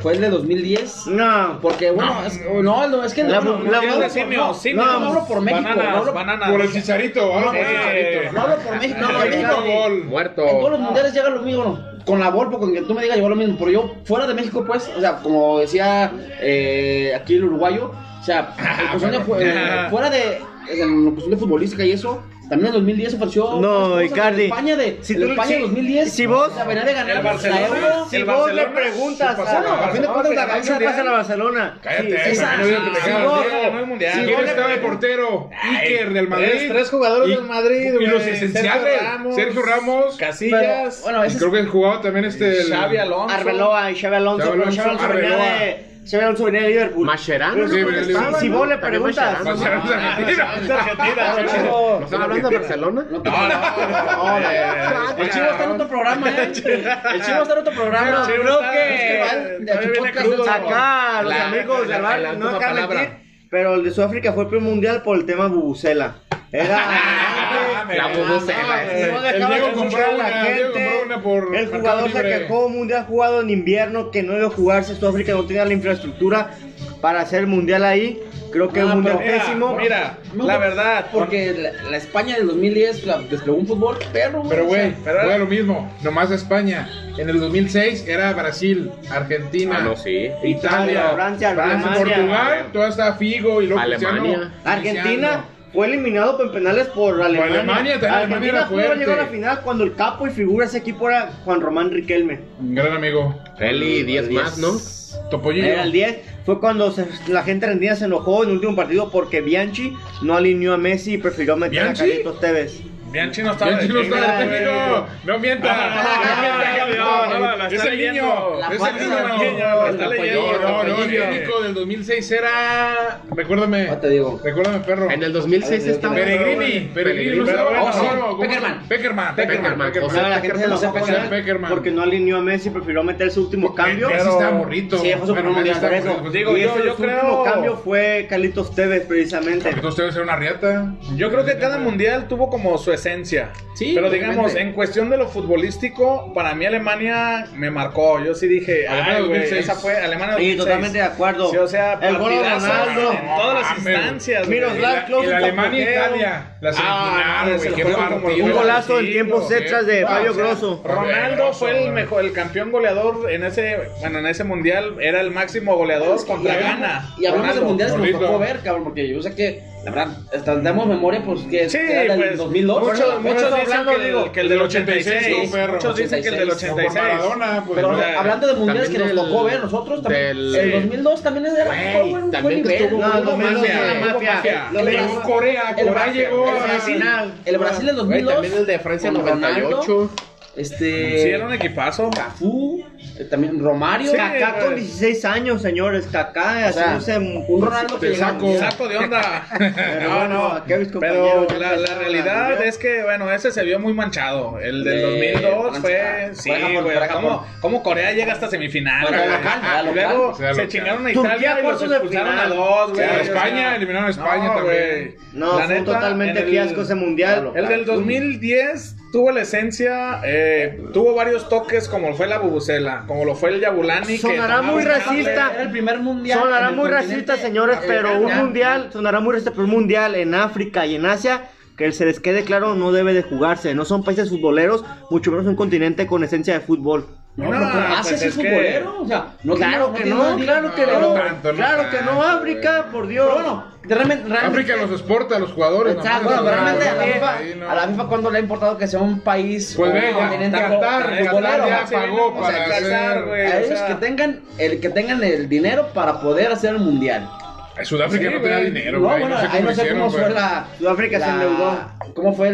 [SPEAKER 3] fue el de 2010.
[SPEAKER 6] No,
[SPEAKER 3] Porque, bueno,
[SPEAKER 4] No.
[SPEAKER 3] es, no, no, es que no,
[SPEAKER 6] La-
[SPEAKER 3] no,
[SPEAKER 6] la-
[SPEAKER 3] no,
[SPEAKER 7] Mundial
[SPEAKER 3] no,
[SPEAKER 7] de simios, simios.
[SPEAKER 3] no, no hablo por México,
[SPEAKER 7] Bananas,
[SPEAKER 3] no hablo-
[SPEAKER 7] bananas.
[SPEAKER 4] Por el Chicharito, ahora por el
[SPEAKER 7] Sí.
[SPEAKER 4] Chicharito.
[SPEAKER 3] no hablo por México, no, no,
[SPEAKER 4] El único
[SPEAKER 3] no,
[SPEAKER 4] gol.
[SPEAKER 5] Muerto.
[SPEAKER 3] En todos los mundiales llega lo mismo, con la Volpo, con quien tú me digas llegó lo mismo, pero yo fuera de México, pues, o sea, como decía eh, aquí el uruguayo, o sea, en cuestión de fu- eh, fuera de en cuestión de futbolística y eso, también en 2010 ofreció pues,
[SPEAKER 6] No,
[SPEAKER 3] otras cosas,
[SPEAKER 6] Icardi.
[SPEAKER 3] en España de
[SPEAKER 6] Si
[SPEAKER 3] en
[SPEAKER 6] tú-
[SPEAKER 3] España
[SPEAKER 6] si-
[SPEAKER 3] 2010,
[SPEAKER 6] si vos-
[SPEAKER 3] la venía de ganar
[SPEAKER 7] el
[SPEAKER 3] la
[SPEAKER 7] Barcelona,
[SPEAKER 3] Euro,
[SPEAKER 7] el
[SPEAKER 6] si vos le
[SPEAKER 7] Barcelona,
[SPEAKER 6] preguntas,
[SPEAKER 7] sí, pasaba,
[SPEAKER 6] a-
[SPEAKER 3] a fin de cuentas la
[SPEAKER 6] ¿qué
[SPEAKER 3] cabeza
[SPEAKER 6] le pasa a
[SPEAKER 3] de
[SPEAKER 6] la Barcelona?
[SPEAKER 4] Cállate,
[SPEAKER 6] Sí, sí,
[SPEAKER 4] esa-
[SPEAKER 6] sí,
[SPEAKER 4] no digas que
[SPEAKER 6] sí,
[SPEAKER 4] me
[SPEAKER 6] vos-
[SPEAKER 4] cagas,
[SPEAKER 7] Diego, no es mundial.
[SPEAKER 6] si
[SPEAKER 4] ¿Quién
[SPEAKER 6] vos le
[SPEAKER 4] estaba de
[SPEAKER 6] pre-
[SPEAKER 4] portero? Iker del Madrid.
[SPEAKER 7] Tres, tres jugadores
[SPEAKER 4] Y-
[SPEAKER 7] del Madrid,
[SPEAKER 4] Y
[SPEAKER 7] güey.
[SPEAKER 4] los esenciales.
[SPEAKER 7] Sergio Ramos,
[SPEAKER 4] Sergio Ramos.
[SPEAKER 3] Pero,
[SPEAKER 7] Casillas.
[SPEAKER 3] bueno,
[SPEAKER 4] Y
[SPEAKER 3] ese es-
[SPEAKER 4] creo que jugaba también este. el-
[SPEAKER 7] Xavi Alonso.
[SPEAKER 6] Arbeloa y Xavi Alonso,
[SPEAKER 4] Xavi
[SPEAKER 6] pero
[SPEAKER 4] Alonso,
[SPEAKER 6] Xavi Alonso venía
[SPEAKER 4] Arbeloa.
[SPEAKER 6] de Xavi Alonso venía de Liverpool.
[SPEAKER 5] Mascherano,
[SPEAKER 6] Pero
[SPEAKER 5] sí,
[SPEAKER 6] si-
[SPEAKER 4] venía de Liverpool.
[SPEAKER 6] Si vos le
[SPEAKER 5] También
[SPEAKER 6] preguntas,
[SPEAKER 5] Mascherano.
[SPEAKER 4] Barcelona de Argentina.
[SPEAKER 7] Es Argentina,
[SPEAKER 3] Pero,
[SPEAKER 7] chico.
[SPEAKER 3] chico,
[SPEAKER 5] ¿No están hablando de Barcelona?
[SPEAKER 3] no, no, no, no, el chivo está en otro programa, ¿eh? El chivo está en otro programa.
[SPEAKER 7] El Chivo
[SPEAKER 3] Creo
[SPEAKER 7] está-
[SPEAKER 3] que
[SPEAKER 7] está-
[SPEAKER 3] al- de
[SPEAKER 7] está
[SPEAKER 3] aquí
[SPEAKER 7] bien
[SPEAKER 3] podcast
[SPEAKER 7] crudo.
[SPEAKER 3] del sábado.
[SPEAKER 6] acá Ah, los
[SPEAKER 5] La-
[SPEAKER 6] amigos
[SPEAKER 5] la-
[SPEAKER 6] del
[SPEAKER 5] la- la
[SPEAKER 6] bar, no
[SPEAKER 5] última
[SPEAKER 6] dejan
[SPEAKER 5] palabra.
[SPEAKER 6] mentir, pero el de Sudáfrica fue el primer mundial por el tema Bubucela.
[SPEAKER 3] Ah,
[SPEAKER 6] Era...
[SPEAKER 5] La bubucela.
[SPEAKER 6] No, no, no,
[SPEAKER 4] El
[SPEAKER 6] dejaba
[SPEAKER 4] Diego
[SPEAKER 6] de
[SPEAKER 4] compró
[SPEAKER 6] escuchar a la
[SPEAKER 4] una, el Diego
[SPEAKER 6] gente.
[SPEAKER 4] compró una por
[SPEAKER 6] El
[SPEAKER 4] Mercado
[SPEAKER 6] jugador se
[SPEAKER 4] Libre.
[SPEAKER 6] quejó, un mundial jugado en invierno que no iba a jugarse. Sudáfrica no tenía la infraestructura para hacer el mundial ahí. Creo que
[SPEAKER 3] Ah,
[SPEAKER 6] es un mundial
[SPEAKER 3] pero
[SPEAKER 7] Mira,
[SPEAKER 6] pésimo.
[SPEAKER 7] Mira,
[SPEAKER 3] No,
[SPEAKER 7] la verdad.
[SPEAKER 3] Porque la, la España del 2010 la desplegó un fútbol perro,
[SPEAKER 4] Pero, güey,
[SPEAKER 7] pero-
[SPEAKER 4] fue lo mismo. Nomás a España. En el 2006 era Brasil, Argentina,
[SPEAKER 5] Ah, no, sí.
[SPEAKER 4] Italia,
[SPEAKER 6] Francia, Alemania.
[SPEAKER 4] Portugal. Toda está Figo y luego
[SPEAKER 5] Alemania.
[SPEAKER 4] Cristiano,
[SPEAKER 6] Argentina
[SPEAKER 4] Cristiano.
[SPEAKER 6] fue eliminado por penales por Alemania.
[SPEAKER 4] Alemania, también Alemania
[SPEAKER 6] Argentina
[SPEAKER 4] era
[SPEAKER 6] pudo haber llegado a la
[SPEAKER 4] fuerte.
[SPEAKER 6] final cuando el capo y figura de ese equipo era Juan Román Riquelme.
[SPEAKER 4] Gran amigo.
[SPEAKER 5] Eli, 10 más, ¿no?
[SPEAKER 4] Topollillo.
[SPEAKER 6] Era el 10. Fue cuando se- la gente argentina se enojó en el último partido porque Bianchi no alineó a Messi y prefirió meter
[SPEAKER 4] ¿Bianchi?
[SPEAKER 6] a Carlitos Tevez.
[SPEAKER 7] Bianchi no estaba
[SPEAKER 4] Ya el
[SPEAKER 7] de
[SPEAKER 4] chino está
[SPEAKER 7] técnico,
[SPEAKER 4] de técnico.
[SPEAKER 7] güey.
[SPEAKER 4] No mientas.
[SPEAKER 7] No, no, no, no, no, no, no, no, no, la
[SPEAKER 4] Es
[SPEAKER 7] está
[SPEAKER 4] el niño.
[SPEAKER 7] leyendo.
[SPEAKER 3] La
[SPEAKER 4] Es el
[SPEAKER 3] panza,
[SPEAKER 4] niño.
[SPEAKER 3] la
[SPEAKER 7] panza,
[SPEAKER 4] Está
[SPEAKER 7] la
[SPEAKER 4] leyendo.
[SPEAKER 7] panza,
[SPEAKER 4] No,
[SPEAKER 7] la
[SPEAKER 4] no, el
[SPEAKER 7] panza.
[SPEAKER 4] técnico del 2006 era. Recuérdame.
[SPEAKER 3] Ah, te digo.
[SPEAKER 4] Recuérdame, perro.
[SPEAKER 5] En el 2006 estaba.
[SPEAKER 4] Peregrini. Peregrini. no
[SPEAKER 7] Pero
[SPEAKER 4] estaba
[SPEAKER 7] bueno,
[SPEAKER 4] Pizarro,
[SPEAKER 3] no,
[SPEAKER 4] ¿cómo?
[SPEAKER 3] Peckerman.
[SPEAKER 4] Peckerman. Peckerman.
[SPEAKER 5] Peckerman,
[SPEAKER 4] Peckerman.
[SPEAKER 5] o sea,
[SPEAKER 6] la gente se
[SPEAKER 3] no
[SPEAKER 6] enojó
[SPEAKER 3] sepa
[SPEAKER 6] con
[SPEAKER 4] Peckerman,
[SPEAKER 6] él
[SPEAKER 4] Peckerman.
[SPEAKER 6] porque no alineó a Messi, prefirió meter su último cambio.
[SPEAKER 4] Messi estaba morrito.
[SPEAKER 6] Sí, fue
[SPEAKER 4] Bueno,
[SPEAKER 6] su primer mundial,
[SPEAKER 4] Messi
[SPEAKER 6] por
[SPEAKER 4] estaba-
[SPEAKER 6] eso.
[SPEAKER 4] pues
[SPEAKER 7] digo,
[SPEAKER 6] y
[SPEAKER 7] yo-
[SPEAKER 6] ese-
[SPEAKER 7] yo
[SPEAKER 6] su
[SPEAKER 7] creo-
[SPEAKER 6] último cambio fue Carlitos Tevez, precisamente.
[SPEAKER 4] Entonces debe ser una riata.
[SPEAKER 7] Yo creo que cada mundial tuvo como su esencia.
[SPEAKER 3] Sí,
[SPEAKER 7] Pero
[SPEAKER 3] obviamente.
[SPEAKER 7] digamos, en cuestión de lo futbolístico, para mí Alemania me marcó. Yo sí dije,
[SPEAKER 4] Alemania
[SPEAKER 7] ay, güey,
[SPEAKER 4] 2006.
[SPEAKER 7] esa fue Alemania
[SPEAKER 6] Sí,
[SPEAKER 7] 2006.
[SPEAKER 6] totalmente de acuerdo.
[SPEAKER 7] Sí, o sea,
[SPEAKER 6] el gol de
[SPEAKER 7] partidazos
[SPEAKER 6] Ronaldo.
[SPEAKER 7] En todas las
[SPEAKER 4] Mames.
[SPEAKER 7] instancias. güey.
[SPEAKER 6] Miroslav
[SPEAKER 4] Y
[SPEAKER 6] Klose
[SPEAKER 4] la Alemania
[SPEAKER 7] tampoco.
[SPEAKER 4] Italia. La
[SPEAKER 7] Ah,
[SPEAKER 4] semifinal,
[SPEAKER 7] se
[SPEAKER 4] güey.
[SPEAKER 7] lo
[SPEAKER 4] Qué
[SPEAKER 7] jugaron como
[SPEAKER 4] partido.
[SPEAKER 6] Un
[SPEAKER 7] Pero
[SPEAKER 6] golazo en
[SPEAKER 7] sí,
[SPEAKER 6] tiempos
[SPEAKER 4] güey.
[SPEAKER 6] extras de
[SPEAKER 4] Ah,
[SPEAKER 6] Fabio
[SPEAKER 4] o sea,
[SPEAKER 6] Grosso.
[SPEAKER 7] Ronaldo fue
[SPEAKER 4] güey.
[SPEAKER 7] el mejor, el campeón goleador en ese, bueno, en ese mundial era el máximo goleador contra
[SPEAKER 3] hablamos-
[SPEAKER 7] Ghana.
[SPEAKER 3] Y hablamos de
[SPEAKER 7] Ronaldo.
[SPEAKER 3] mundiales que nos
[SPEAKER 4] Gordito.
[SPEAKER 3] tocó ver, cabrón, porque yo sé que, la verdad, hasta damos memoria, pues que
[SPEAKER 7] Sí,
[SPEAKER 3] era del
[SPEAKER 7] pues
[SPEAKER 3] 2002.
[SPEAKER 7] muchos,
[SPEAKER 3] ¿no?
[SPEAKER 7] muchos
[SPEAKER 6] estamos
[SPEAKER 7] dicen
[SPEAKER 6] hablando,
[SPEAKER 7] que, el-
[SPEAKER 6] digo,
[SPEAKER 7] que el del
[SPEAKER 4] del
[SPEAKER 7] 86,
[SPEAKER 4] 86,
[SPEAKER 7] perro. muchos dicen que el del
[SPEAKER 3] 86.
[SPEAKER 4] No, por
[SPEAKER 7] 86.
[SPEAKER 4] Maradona, pues.
[SPEAKER 3] Pero
[SPEAKER 4] no.
[SPEAKER 7] o sea,
[SPEAKER 3] hablando de mundiales que
[SPEAKER 5] también
[SPEAKER 3] nos
[SPEAKER 5] el-
[SPEAKER 3] tocó ver nosotros, también,
[SPEAKER 5] del-
[SPEAKER 3] el 2002 también era
[SPEAKER 5] Güey,
[SPEAKER 3] fue buen-
[SPEAKER 5] también
[SPEAKER 3] buen
[SPEAKER 5] que
[SPEAKER 3] nivel.
[SPEAKER 5] estuvo
[SPEAKER 6] No, el
[SPEAKER 4] Hubo
[SPEAKER 6] 2002
[SPEAKER 4] mafia,
[SPEAKER 6] era
[SPEAKER 4] hubo
[SPEAKER 6] mafia.
[SPEAKER 4] mafia.
[SPEAKER 6] Lo
[SPEAKER 4] Llegó
[SPEAKER 6] mismo-
[SPEAKER 4] Corea,
[SPEAKER 3] el
[SPEAKER 4] Corea
[SPEAKER 3] Brasil,
[SPEAKER 4] llegó
[SPEAKER 6] el
[SPEAKER 4] a-
[SPEAKER 6] Brasil.
[SPEAKER 3] El Brasil del 2002.
[SPEAKER 5] Güey, también el de Francia
[SPEAKER 3] con Ronaldo,
[SPEAKER 5] 98.
[SPEAKER 3] este.
[SPEAKER 7] Sí, era un equipazo.
[SPEAKER 3] Cafú, eh, también Romario.
[SPEAKER 7] Sí, pues.
[SPEAKER 6] Kaká
[SPEAKER 7] güey.
[SPEAKER 6] con 16 años, señores. Kaká
[SPEAKER 3] O sea,
[SPEAKER 6] haciéndose
[SPEAKER 3] un Ronaldo que
[SPEAKER 4] Te
[SPEAKER 3] llegaba-
[SPEAKER 4] saco.
[SPEAKER 7] Saco de onda.
[SPEAKER 6] Pero
[SPEAKER 7] no,
[SPEAKER 6] bueno,
[SPEAKER 7] no.
[SPEAKER 6] aquí a mis
[SPEAKER 7] Pero
[SPEAKER 6] compañeros ya
[SPEAKER 7] la, la
[SPEAKER 6] empezaron a
[SPEAKER 7] realidad
[SPEAKER 6] hablar.
[SPEAKER 7] es que, bueno, ese se vio muy manchado. El del
[SPEAKER 3] De
[SPEAKER 7] 2002
[SPEAKER 3] Francia.
[SPEAKER 7] fue. Sí,
[SPEAKER 3] Corea, Japón,
[SPEAKER 7] güey.
[SPEAKER 3] Corea,
[SPEAKER 7] ¿Cómo,
[SPEAKER 3] Japón.
[SPEAKER 7] cómo Corea llega hasta semifinal?
[SPEAKER 3] Bueno,
[SPEAKER 7] güey?
[SPEAKER 3] era local, era
[SPEAKER 7] Y luego
[SPEAKER 4] local. Era
[SPEAKER 7] se
[SPEAKER 4] local.
[SPEAKER 7] chingaron a
[SPEAKER 6] Turquía,
[SPEAKER 7] Italia y los
[SPEAKER 6] cuartos de
[SPEAKER 7] expulsaron a
[SPEAKER 6] final.
[SPEAKER 7] dos, güey.
[SPEAKER 4] Sí,
[SPEAKER 7] O sea,
[SPEAKER 4] España, eliminaron a España
[SPEAKER 7] no,
[SPEAKER 4] también.
[SPEAKER 7] güey.
[SPEAKER 6] No,
[SPEAKER 7] La
[SPEAKER 6] fue
[SPEAKER 7] neta,
[SPEAKER 6] totalmente
[SPEAKER 7] en el-
[SPEAKER 6] fiasco ese mundial.
[SPEAKER 7] El del 2010 tuvo la esencia, eh, tuvo varios toques como fue la bubucela, como lo fue el Yabulani. que
[SPEAKER 6] Sonará
[SPEAKER 7] tomaba
[SPEAKER 6] muy
[SPEAKER 7] un cable.
[SPEAKER 6] racista.
[SPEAKER 3] Era el primer mundial.
[SPEAKER 6] Sonará
[SPEAKER 3] en el
[SPEAKER 6] muy racista,
[SPEAKER 3] continente
[SPEAKER 6] señores, pero un
[SPEAKER 3] africano.
[SPEAKER 6] mundial, sonará muy racista, pero un mundial en África y en Asia, que se les quede claro, no debe de jugarse. No son países futboleros, mucho menos un continente con esencia de fútbol.
[SPEAKER 3] No,
[SPEAKER 7] No,
[SPEAKER 3] pero
[SPEAKER 7] pues
[SPEAKER 3] Asia sí
[SPEAKER 7] es
[SPEAKER 3] es
[SPEAKER 7] que-
[SPEAKER 3] futbolero. O sea, no
[SPEAKER 6] claro que
[SPEAKER 3] tiene-
[SPEAKER 6] no,
[SPEAKER 3] tiene-
[SPEAKER 6] claro que
[SPEAKER 4] no,
[SPEAKER 6] no.
[SPEAKER 4] no tanto, no
[SPEAKER 6] claro que
[SPEAKER 4] tanto,
[SPEAKER 6] no, África, por Dios.
[SPEAKER 3] Pero bueno, realmente. realmente-
[SPEAKER 4] África los exporta a los jugadores.
[SPEAKER 3] Exacto, bueno,
[SPEAKER 4] nomás, güey.
[SPEAKER 3] realmente a la,
[SPEAKER 4] Ahí
[SPEAKER 3] FIFA,
[SPEAKER 4] no.
[SPEAKER 3] a la FIFA cuando le ha importado que sea un país
[SPEAKER 4] Pues
[SPEAKER 3] o
[SPEAKER 4] ve,
[SPEAKER 3] un
[SPEAKER 4] ya,
[SPEAKER 3] continente
[SPEAKER 4] Qatar,
[SPEAKER 3] fut-
[SPEAKER 4] Qatar
[SPEAKER 3] futbolero.
[SPEAKER 4] ya
[SPEAKER 3] O sea,
[SPEAKER 4] pagó
[SPEAKER 3] o sea,
[SPEAKER 4] para
[SPEAKER 3] que-
[SPEAKER 4] hacer-
[SPEAKER 7] güey,
[SPEAKER 3] a
[SPEAKER 7] o
[SPEAKER 3] ellos
[SPEAKER 7] sea,
[SPEAKER 3] que tengan el que tengan el dinero para poder hacer el mundial.
[SPEAKER 4] Sudáfrica
[SPEAKER 7] Sí,
[SPEAKER 4] no tenía
[SPEAKER 7] güey.
[SPEAKER 4] dinero,
[SPEAKER 3] no,
[SPEAKER 4] güey.
[SPEAKER 3] bueno,
[SPEAKER 4] no sé
[SPEAKER 3] ahí
[SPEAKER 4] cómo,
[SPEAKER 3] no sé
[SPEAKER 4] hicieron,
[SPEAKER 3] cómo
[SPEAKER 4] güey.
[SPEAKER 3] fue la
[SPEAKER 6] Sudáfrica se
[SPEAKER 3] la-
[SPEAKER 6] endeudó.
[SPEAKER 3] ¿Cómo fue